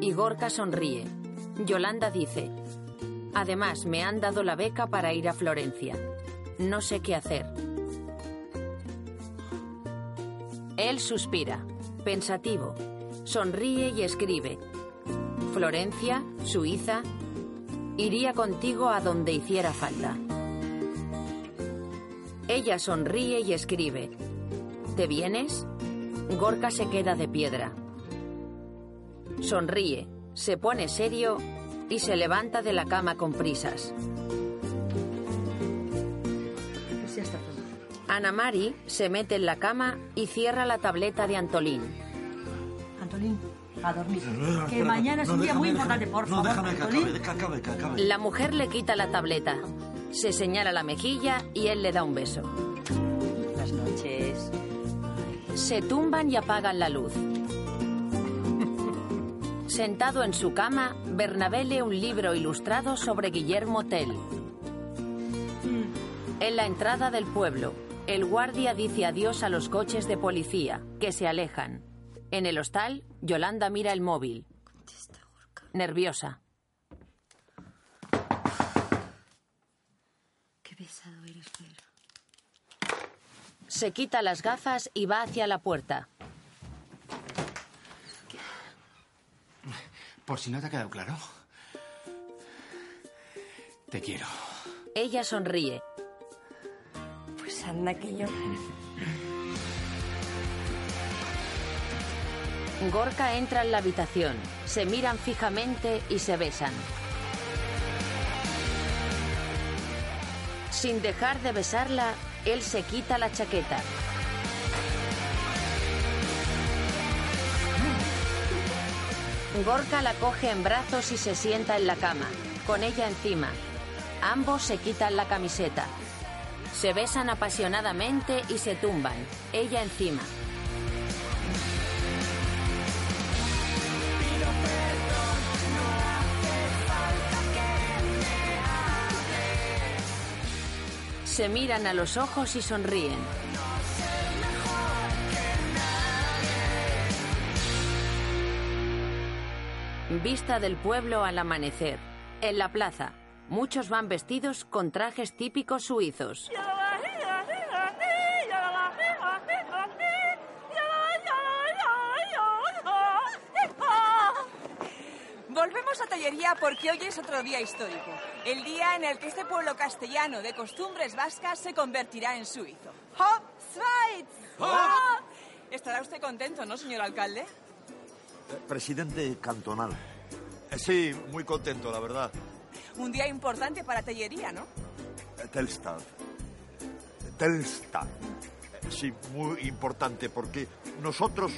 [SPEAKER 2] Y Gorka sonríe. Yolanda dice. Además, me han dado la beca para ir a Florencia. No sé qué hacer. Él suspira, pensativo. Sonríe y escribe. Florencia, Suiza, iría contigo a donde hiciera falta. Ella sonríe y escribe. ¿Te vienes? Gorka se queda de piedra. Sonríe, se pone serio y se levanta de la cama con prisas.
[SPEAKER 20] Pues ya está todo.
[SPEAKER 2] Ana Mari se mete en la cama y cierra la tableta de Antolín.
[SPEAKER 20] Antolín, a dormir.
[SPEAKER 2] no,
[SPEAKER 20] Que
[SPEAKER 2] espérate,
[SPEAKER 20] mañana es
[SPEAKER 2] no,
[SPEAKER 20] un día muy
[SPEAKER 2] déjame,
[SPEAKER 20] importante, por
[SPEAKER 2] no,
[SPEAKER 20] favor.
[SPEAKER 2] déjame que
[SPEAKER 20] Antolín.
[SPEAKER 25] que acabe, que acabe.
[SPEAKER 2] La mujer le quita la tableta, se señala la mejilla y él le da un beso. Buenas noches. Se tumban y apagan la luz. Sentado en su cama, Bernabé lee un libro ilustrado sobre Guillermo Tell. En la entrada del pueblo, el guardia dice adiós a los coches de policía, que se alejan. En el hostal, Yolanda mira el móvil. Nerviosa.
[SPEAKER 8] Qué pesado eres, Fer.
[SPEAKER 2] Se quita las gafas y va hacia la puerta.
[SPEAKER 14] Por si no te ha quedado claro. Te quiero.
[SPEAKER 2] Ella sonríe.
[SPEAKER 41] Pues anda que yo.
[SPEAKER 2] Gorka entra en la habitación. Se miran fijamente y se besan. Sin dejar de besarla, él se quita la chaqueta. Gorka la coge en brazos y se sienta en la cama, con ella encima. Ambos se quitan la camiseta. Se besan apasionadamente y se tumban, ella encima. Se miran a los ojos y sonríen. Vista del pueblo al amanecer. En la plaza, muchos van vestidos con trajes típicos suizos.
[SPEAKER 4] Volvemos a Tallería porque hoy es otro día histórico, el día en el que este pueblo castellano de costumbres vascas se convertirá en suizo. ¡Hop, Schweiz!
[SPEAKER 5] Hop.
[SPEAKER 4] Estará usted contento, ¿no, señor alcalde?
[SPEAKER 5] Eh, Presidente cantonal. Eh, Sí, muy contento, la verdad.
[SPEAKER 4] Un día importante para Tellería, ¿no?
[SPEAKER 5] Eh, Telstar. Eh, Telstar. Eh, Sí, muy importante, porque nosotros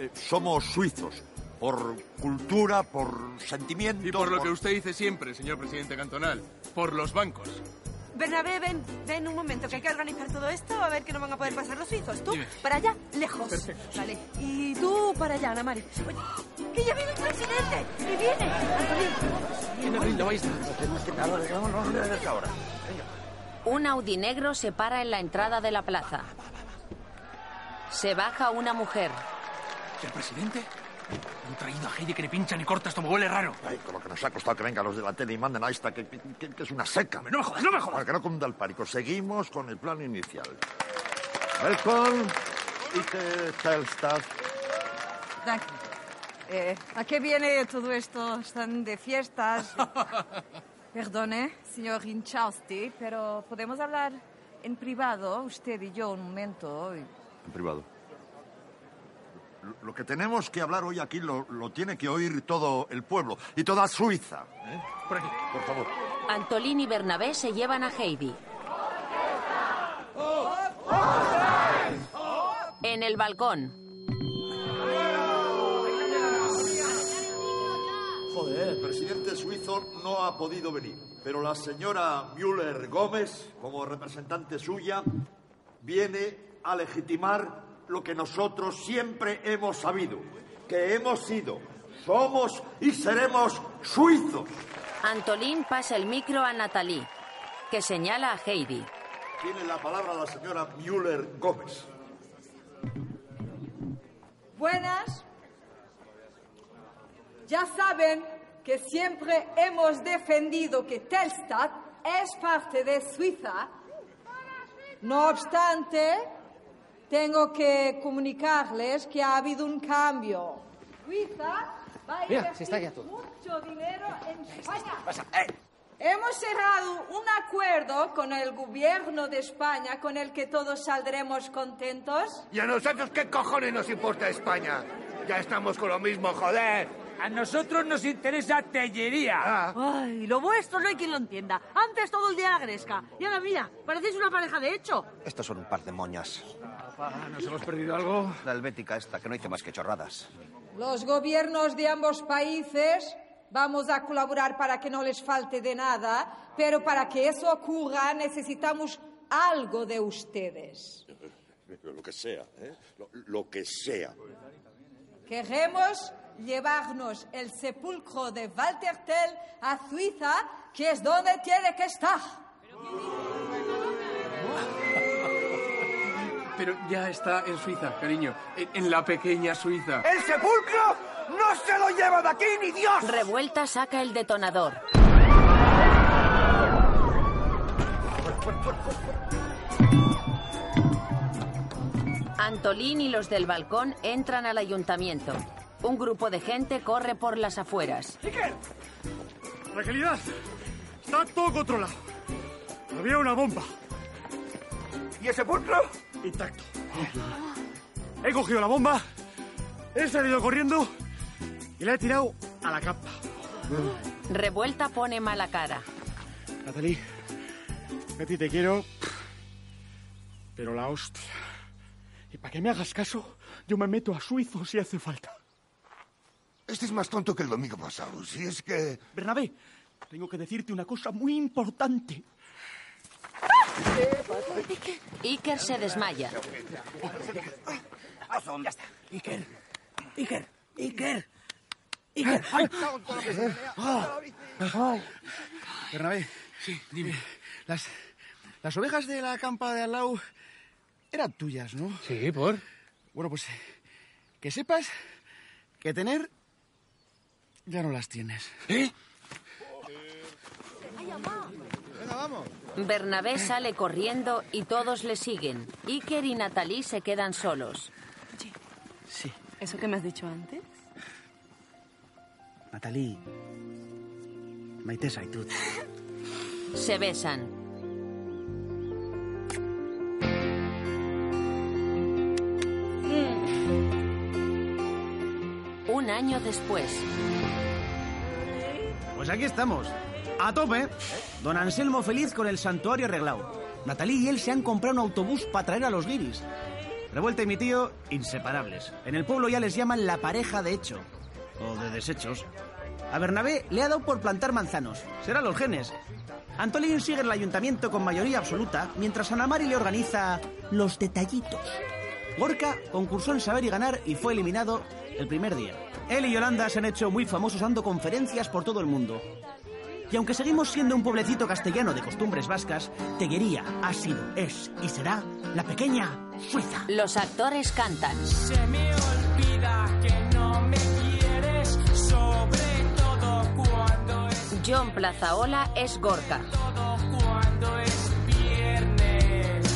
[SPEAKER 5] eh, somos suizos. Por cultura, por sentimiento.
[SPEAKER 6] Y por lo que usted dice siempre, señor presidente cantonal, por los bancos.
[SPEAKER 9] Bernabé, ven, ven un momento, que hay que organizar todo esto, a ver que no van a poder pasar los suizos. Tú,
[SPEAKER 6] Dime.
[SPEAKER 9] para allá, lejos.
[SPEAKER 6] Perfecto.
[SPEAKER 9] Vale. Y tú, Uh, para allá, Ana Mari. Oye,
[SPEAKER 4] ¡Que ya viene el presidente! ¡Que viene!
[SPEAKER 6] Y me rindo, vais.
[SPEAKER 5] ahora.
[SPEAKER 2] Un audinegro se para en la entrada de la plaza. Se baja una mujer.
[SPEAKER 42] ¿El presidente? Han traído a Heidi que le pinchan y corta, esto me huele raro.
[SPEAKER 5] Ay, con lo que nos ha costado que vengan los de la tele y manden a esta, que, que- que es una seca.
[SPEAKER 42] No me jodas, no me jodas.
[SPEAKER 5] Para que no cunda el pánico. Seguimos con el plan inicial. Welcome. Y te Telstar.
[SPEAKER 43] Tranqui. Eh, ¿A qué viene todo esto? Están de fiestas. Perdone, señor Inchausti, pero podemos hablar en privado, usted y yo, un momento. Y-
[SPEAKER 5] En privado. Lo- Lo que tenemos que hablar hoy aquí lo, lo tiene que oír todo el pueblo y toda Suiza. ¿eh? Por aquí, por favor.
[SPEAKER 2] Antolín y Bernabé se llevan a Heidi. En el balcón,
[SPEAKER 5] Joder. El presidente suizo no ha podido venir, pero la señora Müller Gómez, como representante suya, viene a legitimar lo que nosotros siempre hemos sabido, que hemos sido, somos y seremos suizos.
[SPEAKER 2] Antolín pasa el micro a Natalie, que señala a Heidi.
[SPEAKER 5] Tiene la palabra la señora Müller Gómez.
[SPEAKER 43] Buenas. Ya saben que siempre hemos defendido que Telstat es parte de Suiza. No obstante, tengo que comunicarles que ha habido un cambio. Suiza va a
[SPEAKER 11] Mira, se está
[SPEAKER 43] invertir
[SPEAKER 11] ya todo.
[SPEAKER 43] mucho dinero en España.
[SPEAKER 11] eh.
[SPEAKER 43] Hemos cerrado un acuerdo con el gobierno de España con el que todos saldremos contentos.
[SPEAKER 44] ¿Y a nosotros qué cojones nos importa España? Ya estamos con lo mismo, joder. Ah.
[SPEAKER 7] A nosotros nos interesa tellería.
[SPEAKER 20] Ay, lo vuestro no hay quien lo entienda. Antes todo el día la gresca. Y ahora mira, parecéis una pareja de hecho.
[SPEAKER 45] Estos son un par de moñas.
[SPEAKER 14] ¿Nos hemos perdido algo?
[SPEAKER 45] La helvética esta, que no hizo más que chorradas.
[SPEAKER 43] Los gobiernos de ambos países vamos a colaborar para que no les falte de nada, pero para que eso ocurra necesitamos algo de ustedes.
[SPEAKER 5] Lo que sea, ¿eh? Lo, lo que sea.
[SPEAKER 43] Queremos llevarnos el sepulcro de Walter Tell a Suiza, que es donde tiene que estar.
[SPEAKER 6] Pero ya está en Suiza, cariño. En, en la pequeña Suiza.
[SPEAKER 2] ¡El sepulcro no se lo lleva de aquí ni Dios! Revuelta saca el detonador. Antolín y los del balcón entran al ayuntamiento. Un grupo de gente corre por las afueras.
[SPEAKER 25] ¡Iker! Tranquilidad. Está todo controlado. Había una bomba. ¿Y ese punto? Intacto. He cogido la bomba, he salido corriendo y la he tirado a la capa.
[SPEAKER 2] Revuelta pone mala cara.
[SPEAKER 39] Natalie, a ti te quiero, pero la hostia. Y para que me hagas caso, yo me meto a suizo si hace falta.
[SPEAKER 22] Este es más tonto que el domingo pasado. Si es que.
[SPEAKER 39] Bernabé, tengo que decirte una cosa muy importante.
[SPEAKER 2] Iker se desmaya.
[SPEAKER 6] Ya está. Iker. Iker. Iker. Iker. Ay.
[SPEAKER 39] Ah, ah. Bernabé, sí, dime. Las, las ovejas de la campa de al lado eran tuyas, ¿no?
[SPEAKER 14] Sí, por.
[SPEAKER 39] Bueno, pues eh, que sepas que tener ya no las tienes. ¿Eh?
[SPEAKER 2] Bernabé sale corriendo y todos le siguen. Iker y Natalie se quedan solos.
[SPEAKER 39] Sí.
[SPEAKER 9] ¿Eso que me has dicho antes?
[SPEAKER 3] Natalie, Maite Saitut.
[SPEAKER 2] Se besan. Un año después,
[SPEAKER 3] Pues aquí estamos, a tope. Don Anselmo feliz con el santuario arreglado. Natalí y él se han comprado un autobús para traer a los guiris. Revuelta y mi tío, inseparables. En el pueblo ya les llaman la pareja de hecho. O de desechos. A Bernabé le ha dado por plantar manzanos. Será los genes. Antolín sigue en el ayuntamiento con mayoría absoluta, mientras Ana Mari le organiza los detallitos. Gorka concursó en saber y ganar y fue eliminado el primer día. Él y Yolanda se han hecho muy famosos dando conferencias por todo el mundo. Y aunque seguimos siendo un pueblecito castellano de costumbres vascas, Teguería ha sido, es y será la pequeña Suiza.
[SPEAKER 2] Los actores cantan.
[SPEAKER 11] Se me olvida que no me quieres, sobre todo cuando es
[SPEAKER 2] John Plazaola es Gorka.
[SPEAKER 11] todo cuando es viernes.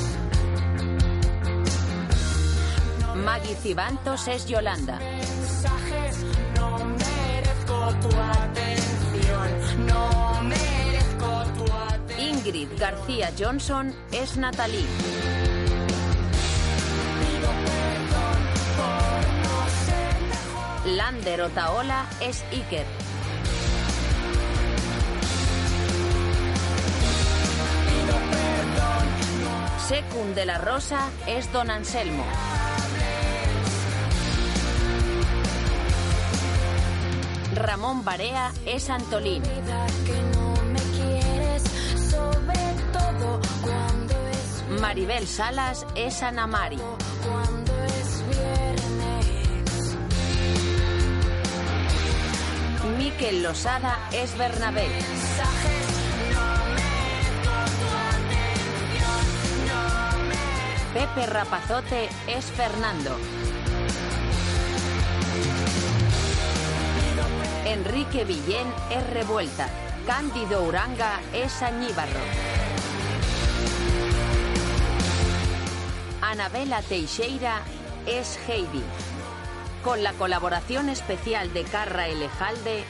[SPEAKER 2] Maggie Cibantos es Yolanda.
[SPEAKER 11] Mensajes, no merezco tu atención, no merezco tu atención.
[SPEAKER 2] Ingrid García Johnson es Natalie. Lander Otaola es Iker. Secund de la Rosa es Don Anselmo. Ramón Barea es Antolín.
[SPEAKER 11] Sobre todo cuando es
[SPEAKER 2] Maribel Salas es Ana Mari.
[SPEAKER 11] cuando es viernes.
[SPEAKER 2] Miquel Losada es Bernabé.
[SPEAKER 11] Mensajes, no merezco tu atención, no merezco
[SPEAKER 2] Pepe Rapazote es Fernando. Enrique Villén es Revuelta. Cándido Uranga es Añíbarro. Anabela Teixeira es Heidi. Con la colaboración especial de Carra Elejalde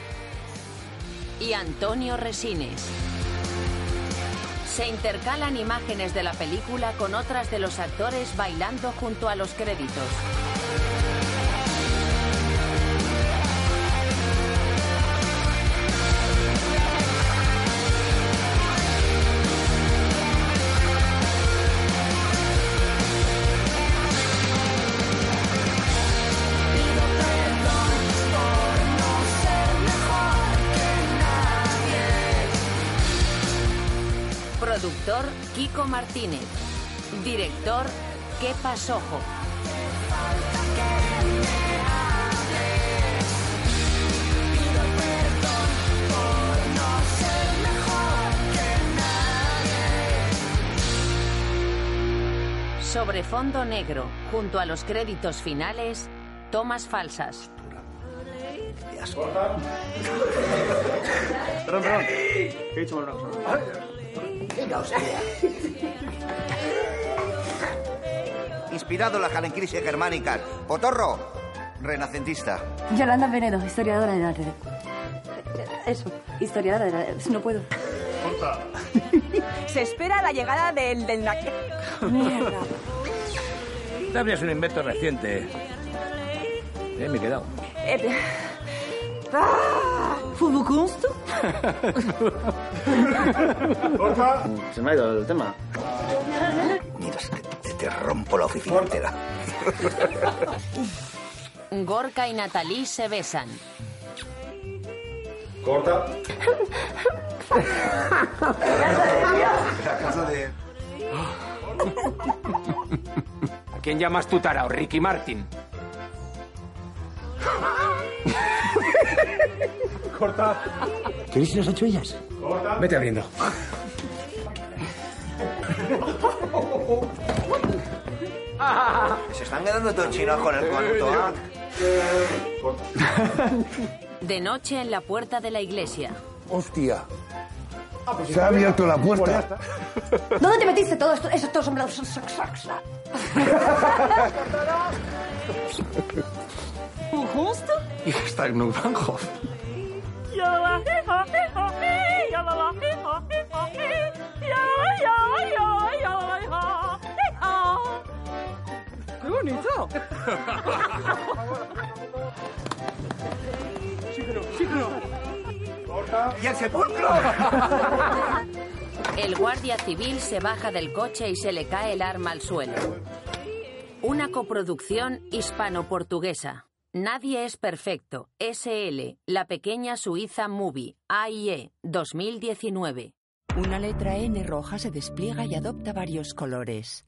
[SPEAKER 2] y Antonio Resines. Se intercalan imágenes de la película con otras de los actores bailando junto a los créditos. Productor Kiko Martínez. Director Kepa Sojo.
[SPEAKER 11] no ser mejor que
[SPEAKER 2] Sobre fondo negro, junto a los créditos finales, tomas falsas.
[SPEAKER 3] Perdón, perdón. He dicho una cosa.
[SPEAKER 17] Inspirado en las jalencrisis germánicas. Potorro, renacentista.
[SPEAKER 8] Yolanda Venedo, historiadora de arte. Eso, historiadora de la... No puedo.
[SPEAKER 4] Se espera la llegada del... del na-
[SPEAKER 8] Mierda.
[SPEAKER 7] Tabria es un invento reciente. Eh, me he quedado.
[SPEAKER 4] Eh, ah.
[SPEAKER 3] Se me ha ido el tema.
[SPEAKER 17] Te rompo la oficina entera.
[SPEAKER 2] Gorka y Natalie se besan.
[SPEAKER 17] Corta. La casa de...
[SPEAKER 14] ¿A quién llamas tú tarao? Ricky Martin.
[SPEAKER 39] Corta.
[SPEAKER 6] ¿Queréis las ellas? Vete abriendo.
[SPEAKER 17] Se están quedando todos chinos con el cuarto. ¿ah?
[SPEAKER 2] De noche en la puerta de la iglesia.
[SPEAKER 22] Hostia. Se ha abierto la puerta.
[SPEAKER 12] ¿Dónde te metiste todo esto? Esos todos sombreros. son- son- son- son-
[SPEAKER 11] Justo.
[SPEAKER 39] Y está en Nubanhof.
[SPEAKER 11] ¡Qué bonito!
[SPEAKER 17] ¡Y el sepulcro!
[SPEAKER 2] El guardia civil se baja del coche y se le cae el arma al suelo. Una coproducción hispano-portuguesa. Nadie es perfecto. SL, la pequeña Suiza Movie, AIE, 2019.
[SPEAKER 10] Una letra N roja se despliega y adopta varios colores.